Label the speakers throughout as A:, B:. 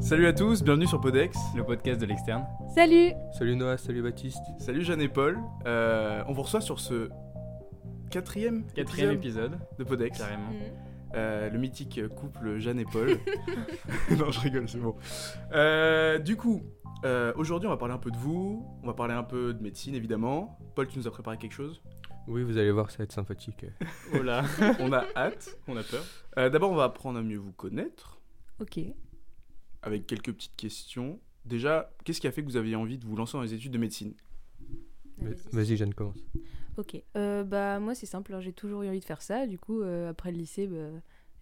A: Salut à tous, bienvenue sur Podex.
B: le podcast de l'externe.
C: Salut
D: Salut Noah, salut Baptiste.
A: Salut Jeanne et Paul. Euh, on vous reçoit sur ce quatrième,
B: Quatrième épisode,
A: de Podex.
B: carrément.
C: Mm.
A: Euh, le mythique couple Jeanne et Paul. non, je rigole, c'est bon. Euh, du coup, euh, aujourd'hui, on va parler un peu de vous. On va parler un peu de médecine, évidemment. Paul, tu nous as préparé quelque chose.
D: Oui, vous allez voir, ça va être sympathique. euh.
B: Oh là,
A: On a hâte.
B: on a peur.
A: Euh, D'abord, on va apprendre à mieux vous connaître
C: Ok.
A: avec quelques petites questions. Déjà, qu'est-ce qui a fait que vous aviez envie de vous lancer dans les études de médecine
D: Vas- Vas-y, Jeanne, commence.
C: Ok. Euh, bah moi c'est simple, hein, j'ai toujours eu envie de faire ça. Du coup euh, après le lycée, bah,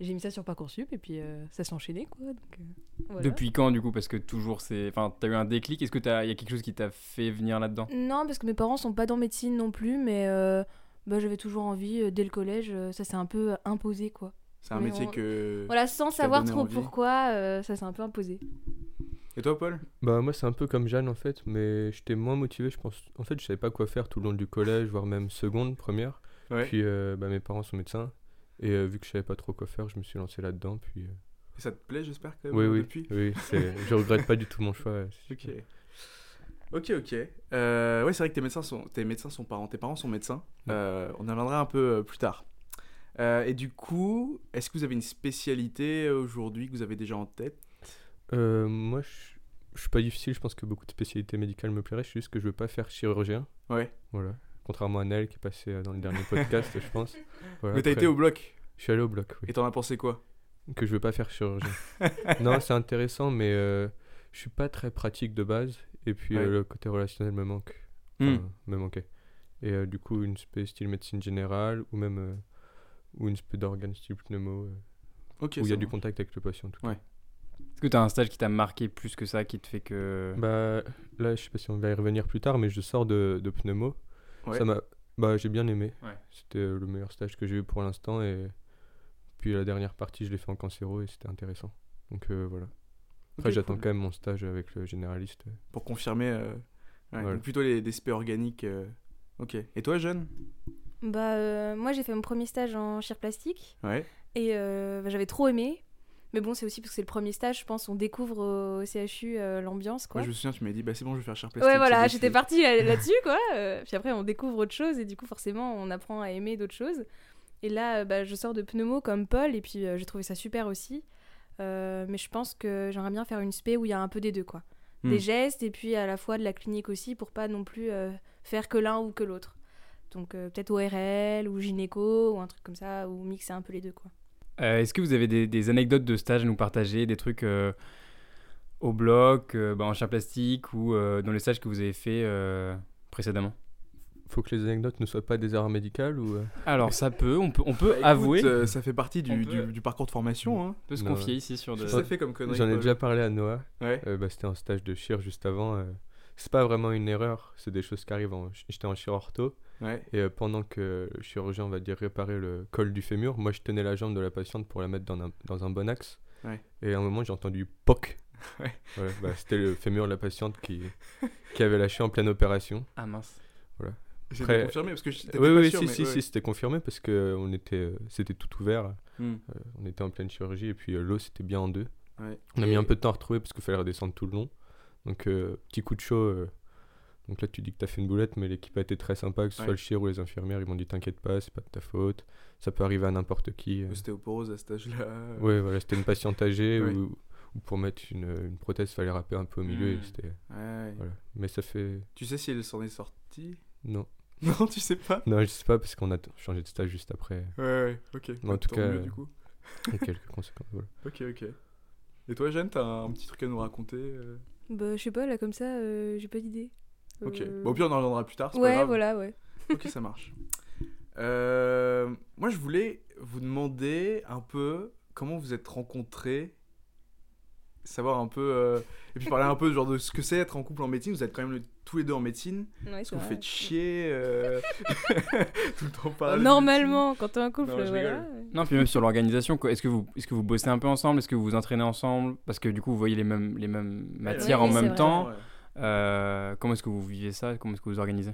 C: j'ai mis ça sur parcoursup et puis euh, ça s'enchaînait quoi. Donc, euh, voilà.
B: Depuis quand, du coup Parce que toujours, c'est. Enfin, t'as eu un déclic. Est-ce que t'as. Y a quelque chose qui t'a fait venir là-dedans
C: Non parce que mes parents sont pas dans médecine non plus, mais euh, bah, j'avais toujours envie euh, dès le collège. euh, ça s'est un peu imposé quoi.
A: C'est un
C: Oui,
A: métier
C: on-
A: que.
C: Voilà, sans
A: Euh, ça
C: savoir
A: donnait
C: trop
A: envie.
C: pourquoi, euh, ça s'est un peu imposé.
A: Et toi, Paul
D: Bah, moi, c'est un peu comme Jeanne en fait, mais j'étais moins motivé, je pense. En fait, je savais pas quoi faire tout le long du collège, voire même seconde, première.
A: Ouais.
D: Puis, euh, bah, mes parents sont médecins. Et euh, vu que je savais pas trop quoi faire, je me suis lancé là-dedans. Puis, euh,
A: Et ça te plaît, j'espère, quand même,
D: oui, oui,
A: depuis
D: oui, c'est- je regrette pas du tout mon choix. euh, c'est-
A: Ok. Ok, ok. Euh, ouais, c'est vrai que tes médecins sont, tes médecins sont parents, tes parents sont médecins.
D: Ouais.
A: Euh, on en reviendra un peu euh, plus tard. Euh, et du coup, est-ce que vous avez une spécialité euh, aujourd'hui que vous avez déjà en tête
D: Euh, moi, je je suis pas difficile. Je pense que beaucoup de spécialités médicales me plairaient. C'est juste que je veux pas faire chirurgien.
A: Ouais.
D: Voilà. Contrairement à Nel qui est passé euh, dans le dernier podcast, je pense. Voilà,
A: Mais t'as
D: après-
A: été au bloc
D: Je suis allé au bloc, oui.
A: et t'en as pensé quoi
D: que je veux pas faire chirurgien. non, c'est intéressant, mais euh, je suis pas très pratique de base. Et puis
A: Ouais.
D: euh, le côté relationnel me manque. Enfin,
B: Hmm.
D: me manquait. Et euh, du coup, une spé style médecine générale ou même euh, ou une spé d'organes style pneumo euh,
A: Ok.
D: où il y
A: ça
D: a du
A: va.
D: contact avec le patient. en tout cas.
B: Est-ce que t'as un stage qui t'a marqué plus que ça, qui te fait que.
D: Bah là, je sais pas si on va y revenir plus tard, mais je sors de, de pneumo.
A: Ouais.
D: Ça m'a, bah j'ai bien aimé.
B: Ouais.
D: C'était euh, le meilleur stage que j'ai eu pour l'instant et puis la dernière partie, je l'ai fait en cancéro et c'était intéressant. Donc euh, voilà. Après,
A: Ok,
D: j'attends
A: cool.
D: quand même mon stage avec le généraliste.
A: Pour confirmer. euh, ouais,
D: Voilà.
A: donc plutôt les, des spé organiques. euh, Ok. Et toi, jeune
C: Bah euh, moi j'ai fait mon premier stage en chirurgie plastique.
A: Ouais.
C: Et euh, bah, j'avais trop aimé. Mais bon, c'est aussi parce que c'est le premier stage, je pense, on découvre au, au CHU euh, l'ambiance, quoi.
A: Moi, je me souviens, tu m'as dit, bah c'est bon, je vais faire cher plastique.
C: Ouais,
A: c'est
C: voilà,
A: bon,
C: j'étais
A: c'est-
C: partie là- là-dessus, quoi. Euh, puis après, on découvre autre chose, et du coup, forcément, on apprend à aimer d'autres choses. Et là, euh, bah, je sors de pneumo comme Paul, et puis euh, j'ai trouvé ça super aussi. Euh, mais je pense que j'aimerais bien faire une spé où il y a un peu des deux, quoi.
A: Hmm.
C: Des gestes, et puis à la fois de la clinique aussi, pour pas non plus euh, faire que l'un ou que l'autre. Donc euh, peut-être ORL ou gynéco ou un truc comme ça, ou mixer un peu les deux, quoi.
B: Euh, Est-ce que vous avez des, des anecdotes de stage à nous partager Des trucs euh, au bloc, euh, bah, en chair plastique ou euh, dans les stages que vous avez fait euh, précédemment
D: Faut que les anecdotes ne soient pas des erreurs médicales ou. euh,
B: Alors, ça peut, on peut, on
A: Bah,
B: peut
A: écoute,
B: avouer.
A: euh, ça fait partie du,
B: On peut-
A: du- du parcours de formation. Hein.
B: On peut se
D: Non,
B: confier ici sur. De...
A: Ça fait comme connerie.
D: J'en ai
A: Paul
D: déjà parlé à Noah.
A: Ouais.
D: Euh, bah, c'était un stage de chir juste avant. euh, C'est pas vraiment une erreur, c'est des choses qui arrivent. en- J'étais en chir ortho
A: Ouais.
D: et euh, pendant que le chirurgien, on va dire, réparait le col du fémur, moi je tenais la jambe de la patiente pour la mettre dans un, dans un bon axe.
A: Ouais.
D: Et à un moment j'ai entendu POC.
A: Ouais.
D: Ouais, bah, c'était le fémur de la patiente qui, qui avait lâché en pleine opération.
B: Ah mince.
A: J'ai
D: Après-
A: confirmé parce que je- t'étais
D: Oui,
A: pas
D: oui,
A: sûr,
D: si,
A: mais
D: si,
A: ouais.
D: si, c'était confirmé parce que euh, on était, euh, c'était tout ouvert.
A: Hmm.
D: Euh, on était en pleine chirurgie et puis euh, l'eau c'était bien en deux.
A: Ouais.
D: On a mis un peu de temps à retrouver parce qu'il fallait redescendre tout le long. Donc euh, petit coup de chaud. euh, donc là tu dis que t'as fait une boulette mais l'équipe a été très sympa, que ce
A: Ouais.
D: soit le chir ou les infirmières, ils m'ont dit t'inquiète pas, c'est pas de ta faute, ça peut arriver à n'importe qui. euh.
A: Ostéoporose à cet âge-là.
D: Ouais voilà, c'était une patiente âgée
A: euh, Ouais.
D: ou, ou pour mettre une, euh, une prothèse fallait râper un peu au milieu. et
B: Mm.
D: c'était-
A: Ouais, ouais.
D: voilà. Mais ça fait...
A: Tu sais si elle s'en est sortie
D: Non.
A: Non, tu sais pas
D: Non je sais pas parce qu'on a t- changé de stage juste après,
A: Ouais, ouais, ok.
D: Mais en
A: Bah,
D: tout
A: tant
D: cas,
A: mieux,
D: euh,
A: du coup.
D: avec quelques conséquences. voilà.
A: Ok, ok. Et toi, Jeanne, t'as un petit truc à nous raconter euh
C: Bah, je sais pas, là, comme ça, euh, j'ai pas d'idée.
A: Ok.
C: Euh,
A: Bon, au pire, on en reviendra plus tard. c'est pas
C: ouais,
A: grave.
C: voilà, ouais.
A: Ok, ça marche. Euh, moi, je voulais vous demander un peu comment vous êtes rencontrés, savoir un peu, euh, et puis parler un peu genre de ce que c'est être en couple en médecine. Vous êtes quand même le- tous les deux en médecine.
C: Ouais,
A: Est-ce
C: c'est
A: que vous
C: vrai.
A: faites chier euh, tout le temps
C: Bah,
A: parler de
C: Normalement, quand t'es un couple,
A: Non, je
C: voilà.
B: Non, puis même sur l'organisation, quoi. Est-ce que, vous, est-ce que vous bossez un peu ensemble Est-ce que vous vous entraînez ensemble Parce que du coup, vous voyez les mêmes, les mêmes
A: médecine
B: matières
C: Ouais,
B: en
C: oui,
B: même
C: c'est
B: temps.
A: Ouais.
B: Euh, comment est-ce que vous vivez ça Comment est-ce que vous organisez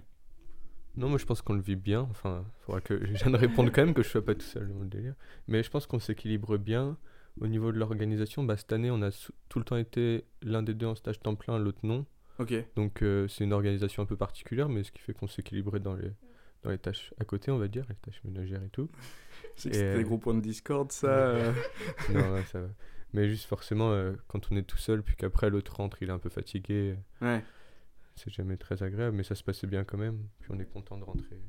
D: Non, moi je pense qu'on le vit bien. Enfin, faudra que je viens de répondre quand même que je sois pas tout seul dans le délire. Mais je pense qu'on s'équilibre bien. Au niveau de l'organisation, bah, cette année, on a sou- tout le temps été l'un des deux en stage temps plein, l'autre non.
A: Ok.
D: Donc euh, c'est une organisation un peu particulière, mais ce qui fait qu'on s'équilibrait dans les, dans les tâches à côté, on va dire, les tâches ménagères et tout.
A: C'est
D: Et,
A: que c'était
D: euh,
A: des gros points de Discord, ça. euh.
D: non, ouais, ça va. Mais juste forcément, euh, quand on est tout seul, puis qu'après l'autre rentre, il est un peu fatigué, euh,
A: Ouais.
D: c'est jamais très agréable, mais ça se passait bien quand même. Puis on est content de rentrer.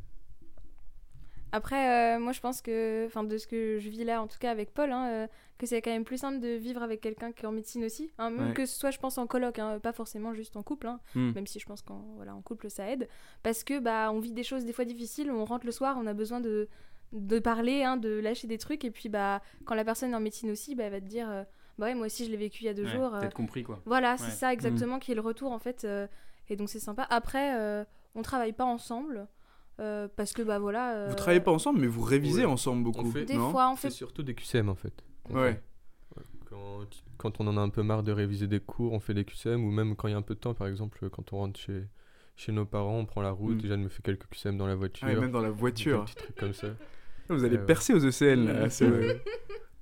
C: Après, euh, moi, je pense que, enfin, de ce que je vis là, en tout cas avec Paul, hein, euh, que c'est quand même plus simple de vivre avec quelqu'un qui est en médecine aussi. hein, même
A: Ouais.
C: que ce soit, je pense, en coloc, hein, pas forcément juste en couple, hein,
A: Hmm.
C: même si je pense qu'en voilà, en couple, ça aide. Parce que, bah, on vit des choses des fois difficiles, on rentre le soir, on a besoin de, de parler, hein, de lâcher des trucs. Et puis, bah, quand la personne est en médecine aussi, bah, elle va te dire, euh, bah ouais, moi aussi, je l'ai vécu il y a deux jours. euh,
B: Peut-être compris, quoi.
C: voilà, c'est
B: Ouais. Mm.
C: ça exactement qui est le retour en fait. euh, et donc c'est sympa. Après, euh, on travaille pas ensemble euh, parce que bah voilà. euh,
A: Vous travaillez pas ensemble, mais vous révisez
D: ouais.
A: ensemble beaucoup.
D: On fait-
C: Des
A: non
C: fois, on
D: C'est
C: fait.
D: surtout des QCM en fait. qu'on
A: Ouais.
D: fait. Quand, quand on en a un peu marre de réviser des cours, on fait des QCM, ou même quand il y a un peu de temps, par exemple, quand on rentre chez, chez nos parents, on prend la route,
A: Mm.
D: déjà me fait quelques QCM dans la voiture.
A: Ah, et même dans la
D: des
A: voiture.
D: petits trucs comme ça.
A: Vous allez
D: Ouais, ouais.
A: percer aux ECN, là. c'est-
D: Euh,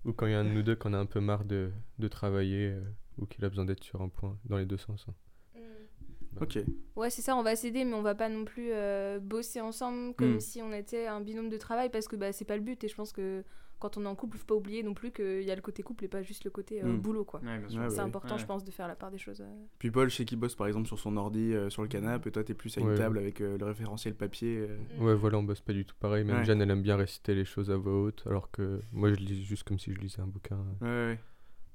D: ou quand il y a un de nous deux qu'on a un peu marre de, de travailler euh, ou qu'il a besoin d'être sur un point dans les deux sens. hein.
A: Ok.
C: Mm. Ouais, c'est ça. On va s'aider, mais on va pas non plus euh, bosser ensemble comme
A: Mm.
C: si on était un binôme de travail parce que bah c'est pas le but. Et je pense que quand on est en couple, faut pas oublier non plus qu'il y a le côté couple et pas juste le côté euh,
A: Mm.
C: boulot quoi.
B: Ouais, bien sûr.
A: Ouais,
C: c'est
A: bah oui.
C: important,
B: Ouais.
C: je pense, de faire la part des choses. euh.
A: Puis Paul, je sais qu'il bosse par exemple sur son ordi, euh, sur le canapé, et toi t'es plus à une
D: Ouais.
A: table avec euh, le référentiel papier. euh.
D: Ouais, voilà, on bosse pas du tout pareil. Même
A: Ouais.
D: Jeanne, elle aime bien réciter les choses à voix haute, alors que moi, je lis juste comme si je lisais un bouquin.
A: Ouais, ouais.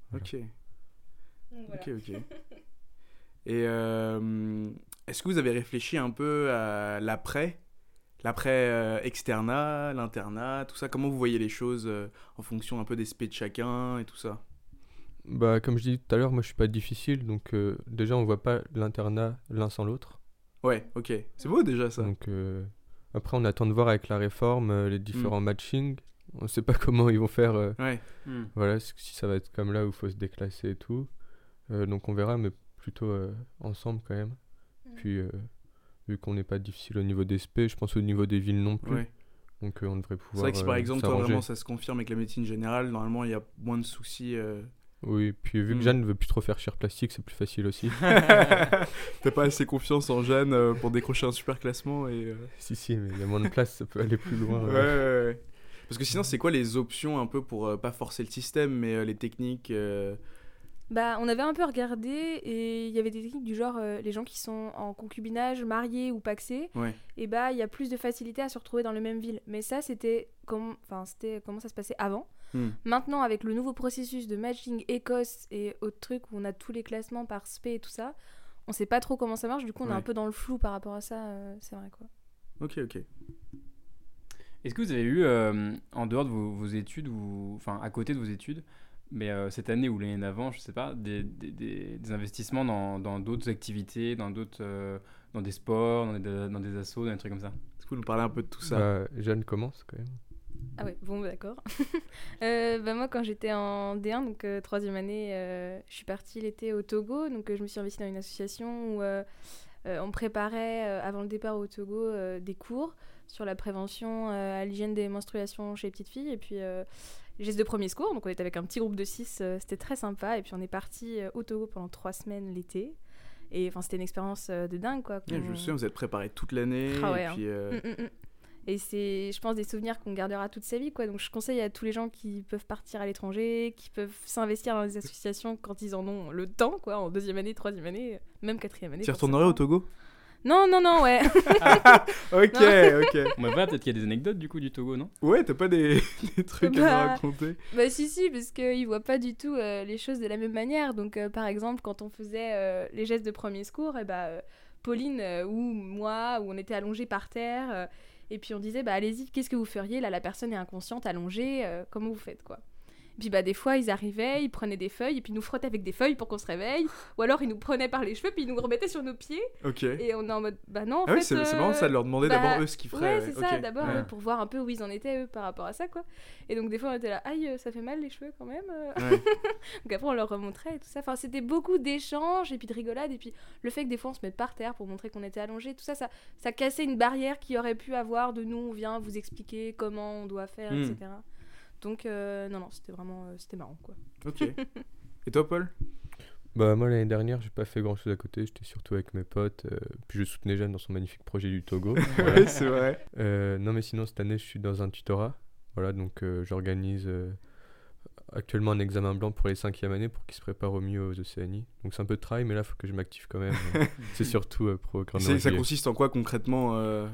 D: Voilà.
A: Ok, ok, ok. Et euh, est-ce que vous avez réfléchi un peu à l'après L'après euh, externat, l'internat, tout ça Comment vous voyez les choses euh, en fonction un peu des spés de chacun et tout ça
D: Bah, comme je dis tout à l'heure, moi, je suis pas difficile, donc euh, déjà, on voit pas l'internat l'un sans l'autre.
A: Ouais, ok. C'est beau déjà ça.
D: Donc euh, après, on attend de voir avec la réforme euh, les
A: Mm.
D: différents matchings. On sait pas comment ils vont faire. euh,
A: Ouais,
B: Hmm.
D: voilà, c- si ça va être comme là où il faut se déclasser et tout. Euh, donc on verra, mais plutôt euh, ensemble quand même.
C: Mm.
D: Puis, euh, vu qu'on n'est pas difficile au niveau des SP, je pense au niveau des villes non plus.
A: ouais.
D: Donc euh, on devrait pouvoir.
A: C'est vrai que si par
D: euh,
A: exemple, toi,
D: s'arranger.
A: vraiment ça se confirme avec la médecine générale, normalement il y a moins de soucis. euh.
D: Oui, puis vu
A: Mm.
D: que Jeanne ne veut plus trop faire chair plastique, c'est plus facile aussi.
A: T'as pas assez confiance en Jeanne euh, pour décrocher un super classement et. euh,
D: si, si, mais il y a moins de place, ça peut aller plus loin.
A: Ouais,
D: euh.
A: ouais, ouais. Parce que sinon, c'est quoi les options un peu pour euh, pas forcer le système, mais euh, les techniques euh,
C: Bah, on avait un peu regardé et il y avait des techniques du genre euh, les gens qui sont en concubinage, mariés ou paxés,
A: Ouais.
C: et bah il y a plus de facilité à se retrouver dans les mêmes villes. Mais ça c'était comme enfin c'était comment ça se passait avant.
A: Hmm.
C: Maintenant avec le nouveau processus de matching Écosse et autres trucs où on a tous les classements par spé et tout ça, on sait pas trop comment ça marche. Du coup on est
A: Ouais.
C: un peu dans le flou par rapport à ça. euh, c'est vrai quoi.
A: Ok, ok.
B: Est-ce que vous avez eu, euh, en dehors de vos, vos études, ou enfin à côté de vos études, mais euh, cette année ou l'année d'avant, je sais pas, des, des- des- des investissements dans dans d'autres activités, dans d'autres, euh, dans des sports, dans des, dans des assos, dans des trucs comme ça
A: Est-ce que vous nous parlez un peu de tout ça
D: Bah, Jeanne commence quand même.
C: Ah ouais, bon, bah, d'accord. Euh, bah, moi, quand j'étais en D1, donc euh, troisième année, euh, je suis partie l'été au Togo. Donc, euh, je me suis investie dans une association où euh, euh, on préparait, euh, avant le départ au Togo, euh, des cours sur la prévention euh, à l'hygiène des menstruations chez les petites filles. Et puis, euh, gestes de premier secours. Donc, on était avec un petit groupe de 6. c'était très sympa. Et puis, on est parti euh, au Togo pendant trois semaines l'été. Et enfin, c'était une expérience euh, de dingue, quoi.
A: Ouais, Eh, Je me
C: qu'on-
A: souviens, vous êtes préparé toute l'année.
C: Ah ouais,
A: et puis, euh,
C: Mm, mm, mm. Et c'est, je pense, des souvenirs qu'on gardera toute sa vie, quoi. Donc je conseille à tous les gens qui peuvent partir à l'étranger, qui peuvent s'investir dans des associations quand ils en ont le temps, quoi, en deuxième année, troisième année, même quatrième année.
A: Tu y
C: pour
A: retournerais au
C: certains.
A: Togo
C: Non, non, non, ouais.
A: Ok, ok.
B: On va voir, peut-être qu'il y a des anecdotes du coup du Togo, non
A: Ouais, t'as pas des, des trucs à
C: Bah,
A: me raconter
C: bah si, si, parce qu'ils voient pas du tout euh, les choses de la même manière. Donc euh, par exemple, quand on faisait euh, les gestes de premier secours, et bah, euh, Pauline euh, ou moi, où on était allongés par terre, euh, et puis on disait, bah allez-y, qu'est-ce que vous feriez Là, la personne est inconsciente, allongée, euh, comment vous faites quoi et puis bah des fois ils arrivaient, ils prenaient des feuilles et puis ils nous frottaient avec des feuilles pour qu'on se réveille, ou alors ils nous prenaient par les cheveux puis ils nous remettaient sur nos pieds
A: Ok.
C: et on est en mode bah non en
A: ah oui,
C: fait,
A: c'est c'est marrant
C: euh,
A: ça de leur demander
C: bah,
A: d'abord eux ce qu'ils feraient.
C: Ouais, c'est ça,
A: ok.
C: d'abord
A: Ouais.
C: euh, pour voir un peu où ils en étaient eux par rapport à ça quoi. Et donc des fois on était là, aïe, euh, ça fait mal les cheveux quand même. euh.
A: Ouais.
C: donc après on leur remontrait et tout ça. Enfin, c'était beaucoup d'échanges et puis de rigolades et puis le fait que des fois on se mette par terre pour montrer qu'on était allongé, tout ça, ça, ça cassait une barrière qu'il aurait pu avoir de nous, on vient vous expliquer comment on doit faire,
A: Hmm.
C: etc. Donc, euh, non, non, c'était vraiment euh, c'était marrant, quoi.
A: Ok. Et toi, Paul
D: Bah moi l'année dernière j'ai pas fait grand chose à côté, j'étais surtout avec mes potes, euh, puis je soutenais Jeanne dans son magnifique projet du Togo. Voilà.
A: Ouais, c'est vrai.
D: Euh, non mais sinon cette année je suis dans un tutorat, voilà donc euh, j'organise euh, actuellement un examen blanc pour les cinquièmes années pour qu'ils se préparent au mieux aux Océanies. Donc c'est un peu de travail mais là faut que je m'active quand même. c'est surtout euh, pour Grand
A: C'est- Ça
D: Orangelier.
A: consiste en quoi concrètement euh,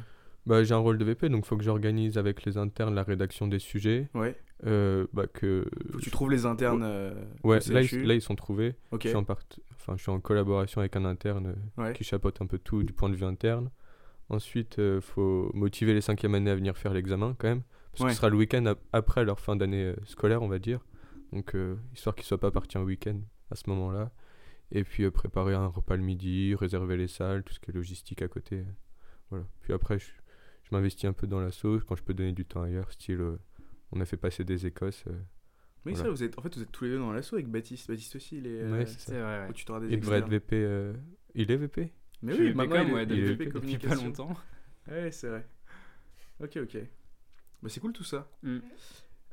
D: Bah, j'ai un rôle de VP donc faut que j'organise avec les internes la rédaction des sujets,
A: Ouais.
D: euh, bah, que
A: Faut que tu trouves les internes. euh,
D: Ouais,
A: au
D: là
A: CHU.
D: ils, là, ils sont trouvés.
A: Ok.
D: Je, suis en part... enfin, je suis en collaboration avec un interne euh,
A: Ouais.
D: qui chapeaute un peu tout du point de vue interne. Ensuite, il faut motiver les cinquièmes années à venir faire l'examen quand même, parce
A: Ouais.
D: que ce sera le week-end ap- après leur fin d'année euh, scolaire, on va dire. Donc, euh, histoire qu'ils soient pas partis en week-end à ce moment-là. Et puis euh, préparer un repas le midi, réserver les salles, tout ce qui est logistique à côté. euh, voilà. Puis après, je, je m'investis un peu dans la sauce quand je peux donner du temps ailleurs, style euh, on a fait passer des Écosses. euh,
A: Mais ça,
D: Voilà.
A: vous êtes, en fait, vous êtes tous les deux dans l'assaut avec Baptiste. Baptiste aussi, il est. euh,
D: Ouais, c'est ça.
B: C'est vrai, ouais.
A: au tutorat des
D: Il devrait être
A: externes.
D: VP. euh, Il est VP
A: Mais
B: Je
A: oui,
B: l'ai
A: maintenant,
B: quand même,
A: il est-
B: ouais,
A: il est
D: depuis-
A: VP
B: depuis pas
A: communication.
B: longtemps.
A: Ouais, c'est vrai. Ok, ok. Bah, c'est cool tout ça.
B: Mm.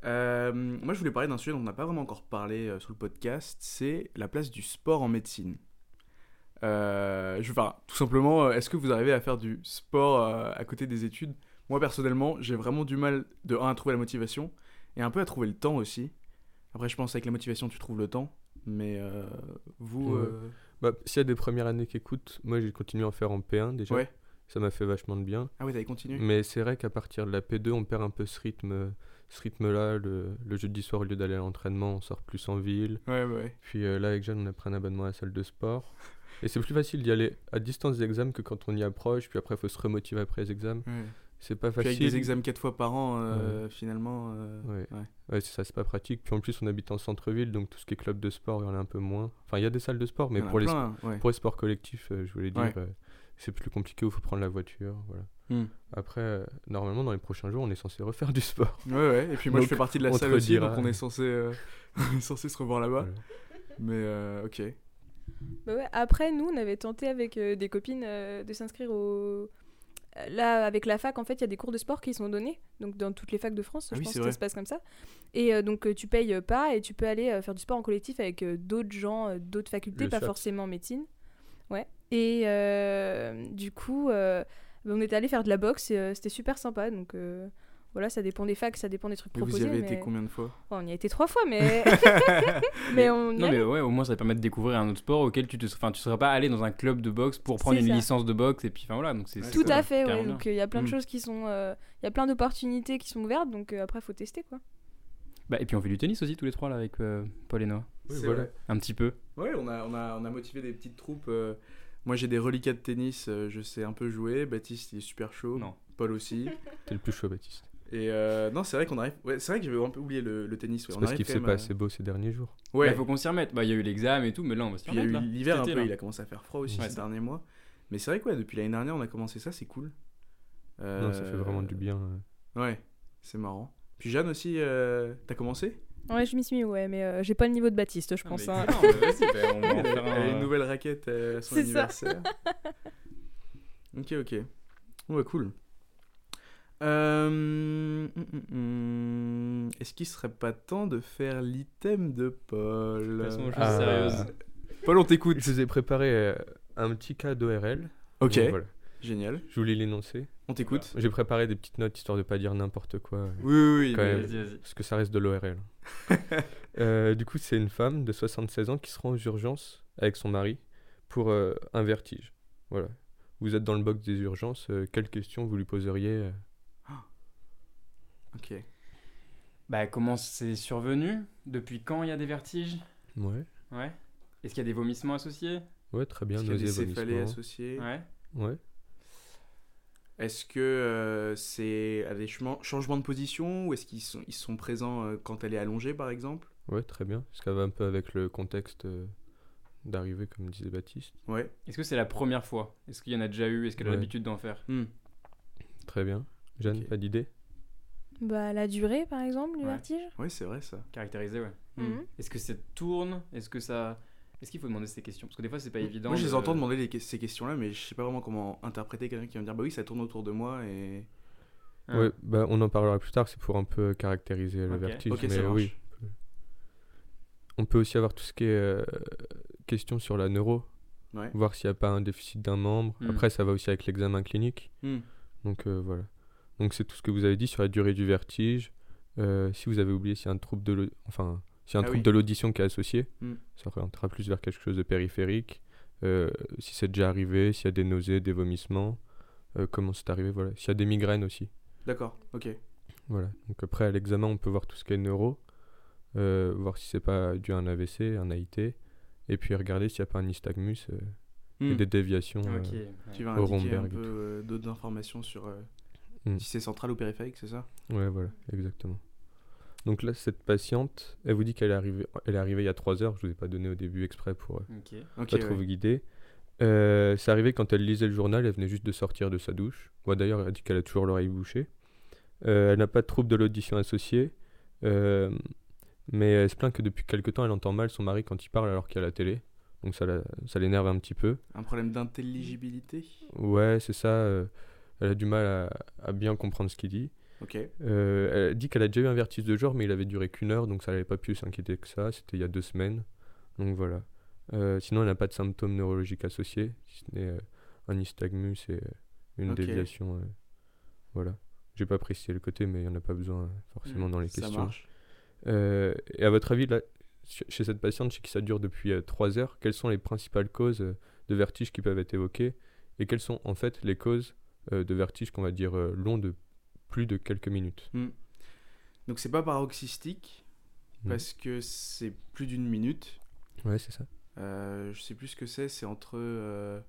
A: Euh, moi, je voulais parler d'un sujet dont on n'a pas vraiment encore parlé euh, sur le podcast, c'est la place du sport en médecine. Euh, je, enfin, tout simplement, euh, est-ce que vous arrivez à faire du sport euh, à côté des études Moi, personnellement, j'ai vraiment du mal, de un, à trouver la motivation, et un peu à trouver le temps aussi. Après, je pense avec la motivation, tu trouves le temps, mais euh, vous...
D: Ouais.
A: euh,
D: Bah, S'il y a des premières années qui écoutent, moi j'ai continué à en faire en P1 déjà.
A: Ouais.
D: Ça m'a fait vachement de bien.
A: Ah oui, t'avais continué
D: Mais c'est vrai qu'à partir de la P2, on perd un peu ce rythme ce rythme-là. Le, le jeudi soir, au lieu d'aller à l'entraînement, on sort plus en ville.
A: Ouais, bah ouais, ouais.
D: Puis euh, là, avec Jeanne, on a pris un abonnement à la salle de sport. Et c'est plus facile d'y aller à distance des examens que quand on y approche. Puis après, il faut se remotiver après les examens.
A: Ouais.
D: C'est pas
A: Puis
D: facile.
A: avec des examens quatre fois par an, euh, finalement... euh,
D: Ouais.
A: Ouais.
D: Ouais, c'est ça, c'est pas pratique. Puis en plus, on habite en centre-ville, donc tout ce qui est club de sport, il y en a un peu moins. Enfin, il y a des salles de sport, mais
A: y en a
D: pour les,
A: plein, ouais.
D: Pour les sports collectifs, euh, je voulais dire,
A: Ouais.
D: euh, c'est plus compliqué où il faut prendre la voiture. Voilà.
A: Hmm.
D: Après, euh, normalement, dans les prochains jours, on est censé refaire du sport.
A: Ouais, ouais, et puis moi je
D: Donc,
A: fais partie de la
D: on te
A: salle aussi,
D: redira.
A: donc on est censé, euh, on est censé se revoir là-bas.
D: Voilà.
A: Mais euh, ok.
C: Bah ouais, après, nous, on avait tenté avec euh, des copines euh, de s'inscrire au. Euh, Là, avec la fac, en fait, il y a des cours de sport qui sont donnés, donc dans toutes les facs de France,
A: Ah
C: je
A: oui,
C: pense
A: c'est
C: que
A: vrai.
C: ça se passe comme ça. Et euh, donc, euh, tu payes euh, pas et tu peux aller euh, faire du sport en collectif avec euh, d'autres gens, euh, d'autres facultés,
D: Le
C: pas
D: SAPS.
C: forcément médecine. Ouais. Et euh, du coup, euh, bah, on était allé faire de la boxe et euh, c'était super sympa. Donc euh, voilà, ça dépend des facs, ça dépend des trucs
A: Et vous y
C: proposés.
A: avez
C: mais-
A: été combien de fois
C: Oh, on y a été trois fois, mais. mais on y
B: Non
C: allait.
B: mais ouais, au moins ça permet de découvrir un autre sport auquel tu te, enfin tu serais pas allé dans un club de boxe pour prendre
C: C'est
B: une
C: ça.
B: licence de boxe et puis enfin voilà donc c'est
A: Ouais,
B: c'est
C: Tout
A: ça,
C: à fait, ouais.
B: carrément
C: Donc il y a plein de
A: Mm.
C: choses qui sont. euh, Il y a plein d'opportunités qui sont ouvertes, donc euh, après, faut tester quoi.
B: Bah, et puis on fait du tennis aussi tous les trois là avec euh, Paul et Noah.
D: Oui,
A: C'est
D: voilà.
A: vrai.
B: Un petit peu.
A: Ouais, on a, on, a, on a motivé des petites troupes. euh, moi j'ai des reliquats de tennis, euh, je sais un peu jouer. Baptiste il est super chaud,
B: Non.
A: Paul aussi.
D: T'es le plus chaud, Baptiste.
A: Et euh, non, c'est vrai qu'on arrive. Ouais, c'est vrai que j'avais un peu oublié le, le tennis. Ouais.
D: C'est
A: on
D: parce
A: arrive
D: qu'il
A: quand
D: faisait
A: même
D: pas
A: à-
D: assez beau ces derniers jours.
A: Ouais,
B: Il faut qu'on s'y remette. Bah il y a eu l'examen et tout mais là on va s'y
A: Puis il y a
B: remettre.
A: eu
B: là.
A: l'hiver un
B: Cet
A: peu,
B: été, là.
A: il a commencé à faire froid aussi
B: Ouais.
A: ces derniers mois. Mais c'est vrai que ouais, depuis l'année dernière, on a commencé ça, c'est cool.
D: Non, ça fait vraiment
A: Euh,
D: du bien. euh.
A: Ouais, c'est marrant. Puis Jeanne aussi, euh, t'as commencé
C: Ouais, je m'y suis mis, ouais, mais euh, j'ai pas le niveau de Baptiste, je
B: Ah,
C: pense.
B: mais
C: hein.
B: excellent, bah, vas-y, bah, on va en
A: Elle
B: faire
A: a elle a
B: un,
A: une
B: euh,
A: nouvelle raquette euh, à son
C: C'est ça.
A: anniversaire. ok, ok. Ouais, cool. Euh, hum, hum, hum. Est-ce qu'il serait pas temps de faire l'item de Paul
B: Passons aux choses
D: Ah.
B: sérieuses.
A: Paul, on t'écoute.
D: Je vous ai préparé euh, un petit cas d'ORL.
A: Ok,
D: Donc, voilà.
A: génial.
D: Je voulais l'énoncer.
A: On t'écoute.
D: J'ai préparé des petites notes histoire de pas dire n'importe quoi. euh,
A: Oui, oui, oui.
D: Quand
A: mais-
D: même.
B: Vas-y, vas-y.
D: Parce que ça reste de l'ORL. Euh, du coup, c'est une femme de 76 ans qui se rend aux urgences avec son mari pour euh, un vertige. Voilà. Vous êtes dans le box des urgences, euh, quelles questions vous lui poseriez euh,
A: Ok.
B: Bah comment c'est survenu Depuis quand il y a des vertiges
D: Ouais.
B: Ouais. Est-ce qu'il y a des vomissements associés
D: Ouais, très bien,
A: Est-ce qu'il y a
D: nausée,
A: des céphalées
D: vomissement.
A: associées
B: Ouais.
D: Ouais.
A: Est-ce que euh, c'est à des chemins- changements de position ou est-ce qu'ils sont, ils sont présents euh, quand elle est allongée, par exemple
D: ouais, très bien. Parce qu'elle va un peu avec le contexte euh, d'arrivée, comme disait Baptiste.
A: Ouais.
B: Est-ce que c'est la première fois Est-ce qu'il y en a déjà eu Est-ce qu'elle a
D: Ouais.
B: l'habitude d'en faire
A: Hmm.
D: Très bien. Jeanne,
A: Ok.
D: pas d'idée
C: Bah, la durée, par exemple, du
B: Ouais.
C: vertige.
A: Ouais, c'est vrai ça.
B: Caractérisée, ouais.
A: Mm.
C: Mhm.
B: Est-ce que ça tourne Est-ce que ça. Est-ce qu'il faut demander ces questions Parce que des fois, c'est pas évident.
A: Mm. Moi, je les
B: de-
A: entends demander les que- ces questions-là, mais je sais pas vraiment comment interpréter quelqu'un qui va me dire Bah oui, ça tourne autour de moi et.
B: Ah.
D: Ouais, bah, on en parlera plus tard, c'est pour un peu caractériser le
B: Ok.
D: vertige.
A: Ok, ça
D: mais
A: marche.
D: oui. On peut aussi avoir tout ce qui est euh, question sur la neuro,
A: Ouais.
D: voir s'il n'y a pas un déficit d'un membre.
B: Hmm.
D: Après, ça va aussi avec l'examen clinique.
A: Hmm.
D: Donc euh, voilà. Donc c'est tout ce que vous avez dit sur la durée du vertige. Euh, si vous avez oublié s'il y a un trouble de l'au- enfin s'il y a un
A: Ah
D: trouble
A: oui.
D: de l'audition qui est associé,
A: Hmm.
D: ça orientera plus vers quelque chose de périphérique. Euh, si c'est déjà arrivé, s'il y a des nausées, des vomissements, euh, comment c'est arrivé, voilà. S'il y a des migraines aussi.
A: D'accord, ok.
D: Voilà. Donc après, à l'examen, on peut voir tout ce qui est neuro, euh, voir si c'est pas dû à un AVC, un AIT, et puis regarder s'il n'y a pas un nystagmus euh, et
A: Hmm.
D: des déviations. euh,
B: Ok. ouais.
A: Qui va
D: au
A: indiquer un
D: Romberg et
A: peu
D: tout.
A: euh, d'autres informations sur euh,
D: Hmm.
A: si c'est central ou périphérique, c'est ça
D: Ouais, voilà, exactement. Donc là, cette patiente, elle vous dit qu'elle est arrivée, elle est arrivée il y a 3 heures. Je vous ai pas donné au début exprès pour euh,
B: Ok.
A: Ok.
D: pas
A: ouais.
D: trop vous guider. Euh, c'est arrivé quand elle lisait le journal, elle venait juste de sortir de sa douche. Bon, D'ailleurs, elle dit qu'elle a toujours l'oreille bouchée. Euh, elle n'a pas de trouble de l'audition associée, euh, mais elle se plaint que depuis quelque temps, elle entend mal son mari quand il parle alors qu'il y a la télé. Donc ça la- ça l'énerve un petit peu.
A: Un problème d'intelligibilité
D: Ouais, c'est ça. euh, elle a du mal à, à bien comprendre ce qu'il dit.
A: Ok.
D: Euh, elle dit qu'elle a déjà eu un vertige de genre, mais il avait duré qu'une heure, donc ça n'avait pas pu s'inquiéter que ça. C'était il y a deux semaines. Donc voilà. Euh, sinon, elle n'a pas de symptômes neurologiques associés, si ce n'est euh, un nystagmus et euh, une
A: Ok.
D: déviation. euh, voilà. J'ai pas précisé le côté, mais il n'y en a pas besoin euh, forcément dans les
A: Hmm, ça
D: questions.
A: marche.
D: Euh, et à votre avis, là, ch- chez cette patiente, je sais que ça dure depuis 3 heures, quelles sont les principales causes euh, de vertige qui peuvent être évoquées et quelles sont en fait les causes euh, de vertige qu'on va dire euh, longs de plus de quelques minutes
A: Donc c'est pas paroxystique
D: Hmm.
A: parce que c'est plus d'une minute.
D: Ouais, c'est ça.
A: Euh, je sais plus ce que c'est, c'est entre. euh,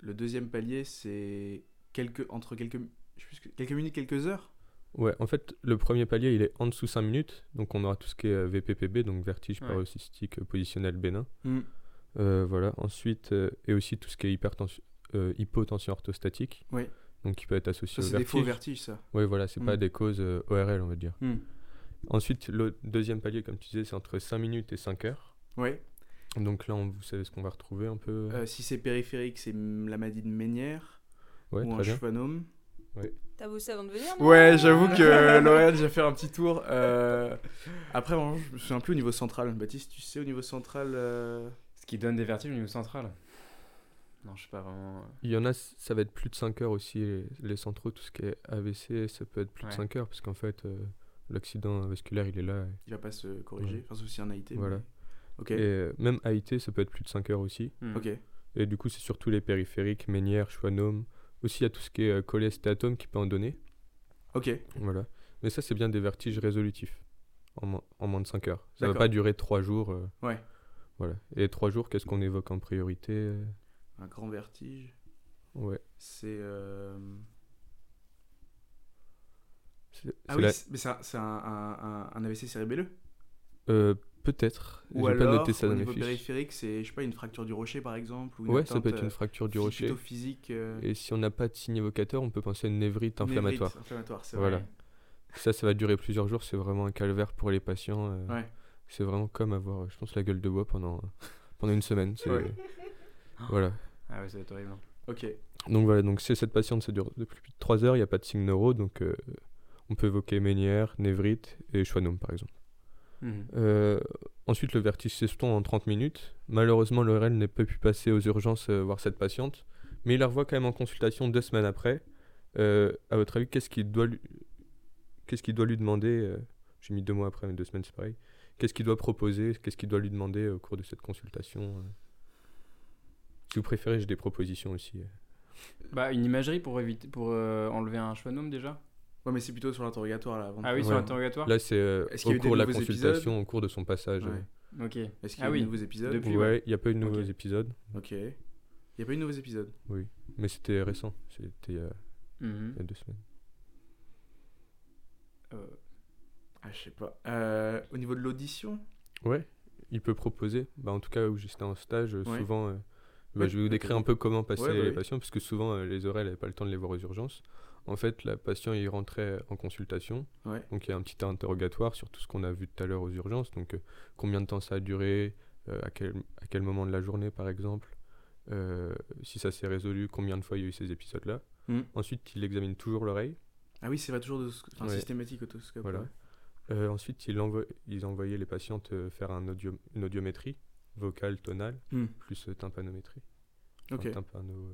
A: le deuxième palier, c'est quelques, entre quelques, je sais plus ce que- quelques minutes, quelques heures
D: Ouais, en fait, le premier palier, il est en dessous 5 minutes. Donc, on aura tout ce qui est euh, VPPB, donc vertige
B: Ouais.
D: paroxystique euh, positionnel bénin. Euh, voilà. Ensuite, euh, et aussi tout ce qui est hypertension, euh, hypotension orthostatique.
A: Oui.
D: Donc, qui peut être
A: Ça,
D: associé au
A: c'est des
D: vertige.
A: faux vertiges, ça.
D: Ouais, voilà, c'est pas
A: Mm.
D: des causes euh, ORL, on va dire.
A: Mm.
D: Ensuite, le deuxième palier, comme tu disais, c'est entre 5 minutes et 5 heures.
A: Ouais.
D: Donc là, on, vous savez ce qu'on va retrouver un peu.
A: Euh, si c'est périphérique, c'est m- la maladie de Ménière
D: ouais,
A: ou un
D: très bien.
A: chevanome.
C: T'as bossé avant de venir non
A: Ouais, j'avoue que L'Oréal, j'ai fait un petit tour. euh, Après, vraiment, je me souviens plus au niveau central. Baptiste, tu sais, au niveau central. euh,
B: Ce qui donne des vertiges au niveau central. Non, je sais pas vraiment. euh,
D: Il y en a, c- ça va être plus de 5 heures aussi. Les, les centraux, tout ce qui est AVC, ça peut être plus
B: Ouais.
D: de 5 heures, parce qu'en fait, euh, l'accident vasculaire, il est là.
A: Il va pas se corriger.
D: Ouais.
A: Enfin, sauf si un AIT. mais-
D: Voilà.
A: Ok.
D: Et euh, même AIT, ça peut être plus de 5 heures aussi.
B: hmm.
A: Ok.
D: Et du coup, c'est surtout les périphériques, Ménière, Schwannome. Aussi, il y a tout ce qui est euh, cholestéatome qui peut en donner.
A: Ok.
D: Voilà. Mais ça, c'est bien des vertiges résolutifs en, mo- en moins de 5 heures. Ça va
A: D'accord.
D: pas durer 3 jours. euh,
A: Ouais.
D: Voilà. Et 3 jours, qu'est-ce qu'on évoque en priorité euh,
A: Un grand vertige.
D: Ouais.
A: C'est. euh,
D: C'est-
A: Ah
D: c'est
A: oui,
D: la-
A: c'est- mais c'est un, c'est un- un- un- un AVC cérébelleux
D: euh, Peut-être. J'ai
A: Ou alors,
D: pas noté ça
A: au
D: dans mes
A: niveau
D: fiches.
A: périphérique, c'est, je sais pas, une fracture du rocher, par exemple ou une
D: Ouais, ça
A: atteinte,
D: peut être
A: euh,
D: une fracture du rocher.
A: plutôt physique. euh,
D: Et si on n'a pas de signe évocateur, on peut penser à une névrite inflammatoire.
A: névrite inflammatoire, c'est
D: Voilà.
A: vrai.
D: Ça, ça va durer plusieurs jours. C'est vraiment un calvaire pour les patients. euh,
A: Ouais.
D: C'est vraiment comme avoir, euh, je pense, la gueule de bois pendant, pendant une semaine. c'est-
A: Ouais.
D: Voilà.
B: Ah ouais, ça va être horrible.
A: Ok.
D: Donc voilà, donc chez cette patiente, ça dure depuis plus de 3 heures, il n'y a pas de signe neuro, donc euh, on peut évoquer Ménière, névrite et schwannome par exemple.
A: Mm.
B: Mhm.
D: Euh, ensuite, le vertige s'estompe en 30 minutes. Malheureusement, l'ORL n'a pas pu passer aux urgences euh, voir cette patiente, mais il la revoit quand même en consultation deux semaines après. Euh, à votre avis, qu'est-ce qu'il doit lui... Qu'est-ce qu'il doit lui demander euh, J'ai mis deux mois après, mais deux semaines, c'est pareil. Qu'est-ce qu'il doit proposer Qu'est-ce qu'il doit lui demander au cours de cette consultation euh Si vous préférez, j'ai des propositions aussi. euh.
B: Bah, une imagerie pour, éviter, pour euh, enlever un schwannome déjà
A: Ouais, mais c'est plutôt sur l'interrogatoire là. avant de-
B: Ah oui, sur
D: Ouais.
B: l'interrogatoire
D: Là, c'est euh,
A: Est-ce qu'il y a
D: au
A: eu des
D: cours de la
A: nouveaux épisodes
D: consultation, au cours de son passage.
A: Ouais.
D: euh.
B: Ok.
A: Est-ce qu'il y a
B: Ah
A: eu de
B: oui.
A: nouveaux épisodes
B: Depuis- Puis,
D: Ouais, il n'y a pas eu de
B: Ok.
D: nouveaux épisodes,
A: Ok. Il n'y a pas eu de nouveaux épisodes.
D: mais c'était récent. C'était il y a-
B: Mhm.
D: il y a deux semaines.
B: Euh,
A: Ah, je sais pas. Euh, au niveau de l'audition
D: Ouais, il peut proposer. Bah, en tout cas, où j'étais en stage, euh,
A: Ouais.
D: souvent, euh, bah,
A: Ouais,
D: je vais vous
A: bah,
D: décrire
A: t'as
D: un peu comment passaient
A: Ouais, bah
D: les
A: oui.
D: patients, parce que souvent, euh, les oreilles n'avaient pas le temps de les voir aux urgences. En fait, la patient, il rentrait en consultation.
A: Ouais.
D: Donc, il y a un petit interrogatoire sur tout ce qu'on a vu tout à l'heure aux urgences. Donc, euh, combien de temps ça a duré, euh, à, quel, à quel moment de la journée, par exemple, euh, si ça s'est résolu, combien de fois il y a eu ces épisodes-là.
A: Mm.
D: Ensuite, il examine toujours l'oreille.
A: Ah oui, c'est vrai, toujours de sc- enfin,
D: Ouais.
A: systématique autoscope.
D: Voilà.
A: ouais.
D: Euh, ensuite, ils, envo- ils envoyaient les patientes euh, faire un audio- une audiométrie vocale, tonale,
A: Hmm,
D: plus euh, tympanométrie. Enfin,
A: Ok.
D: tympano, euh,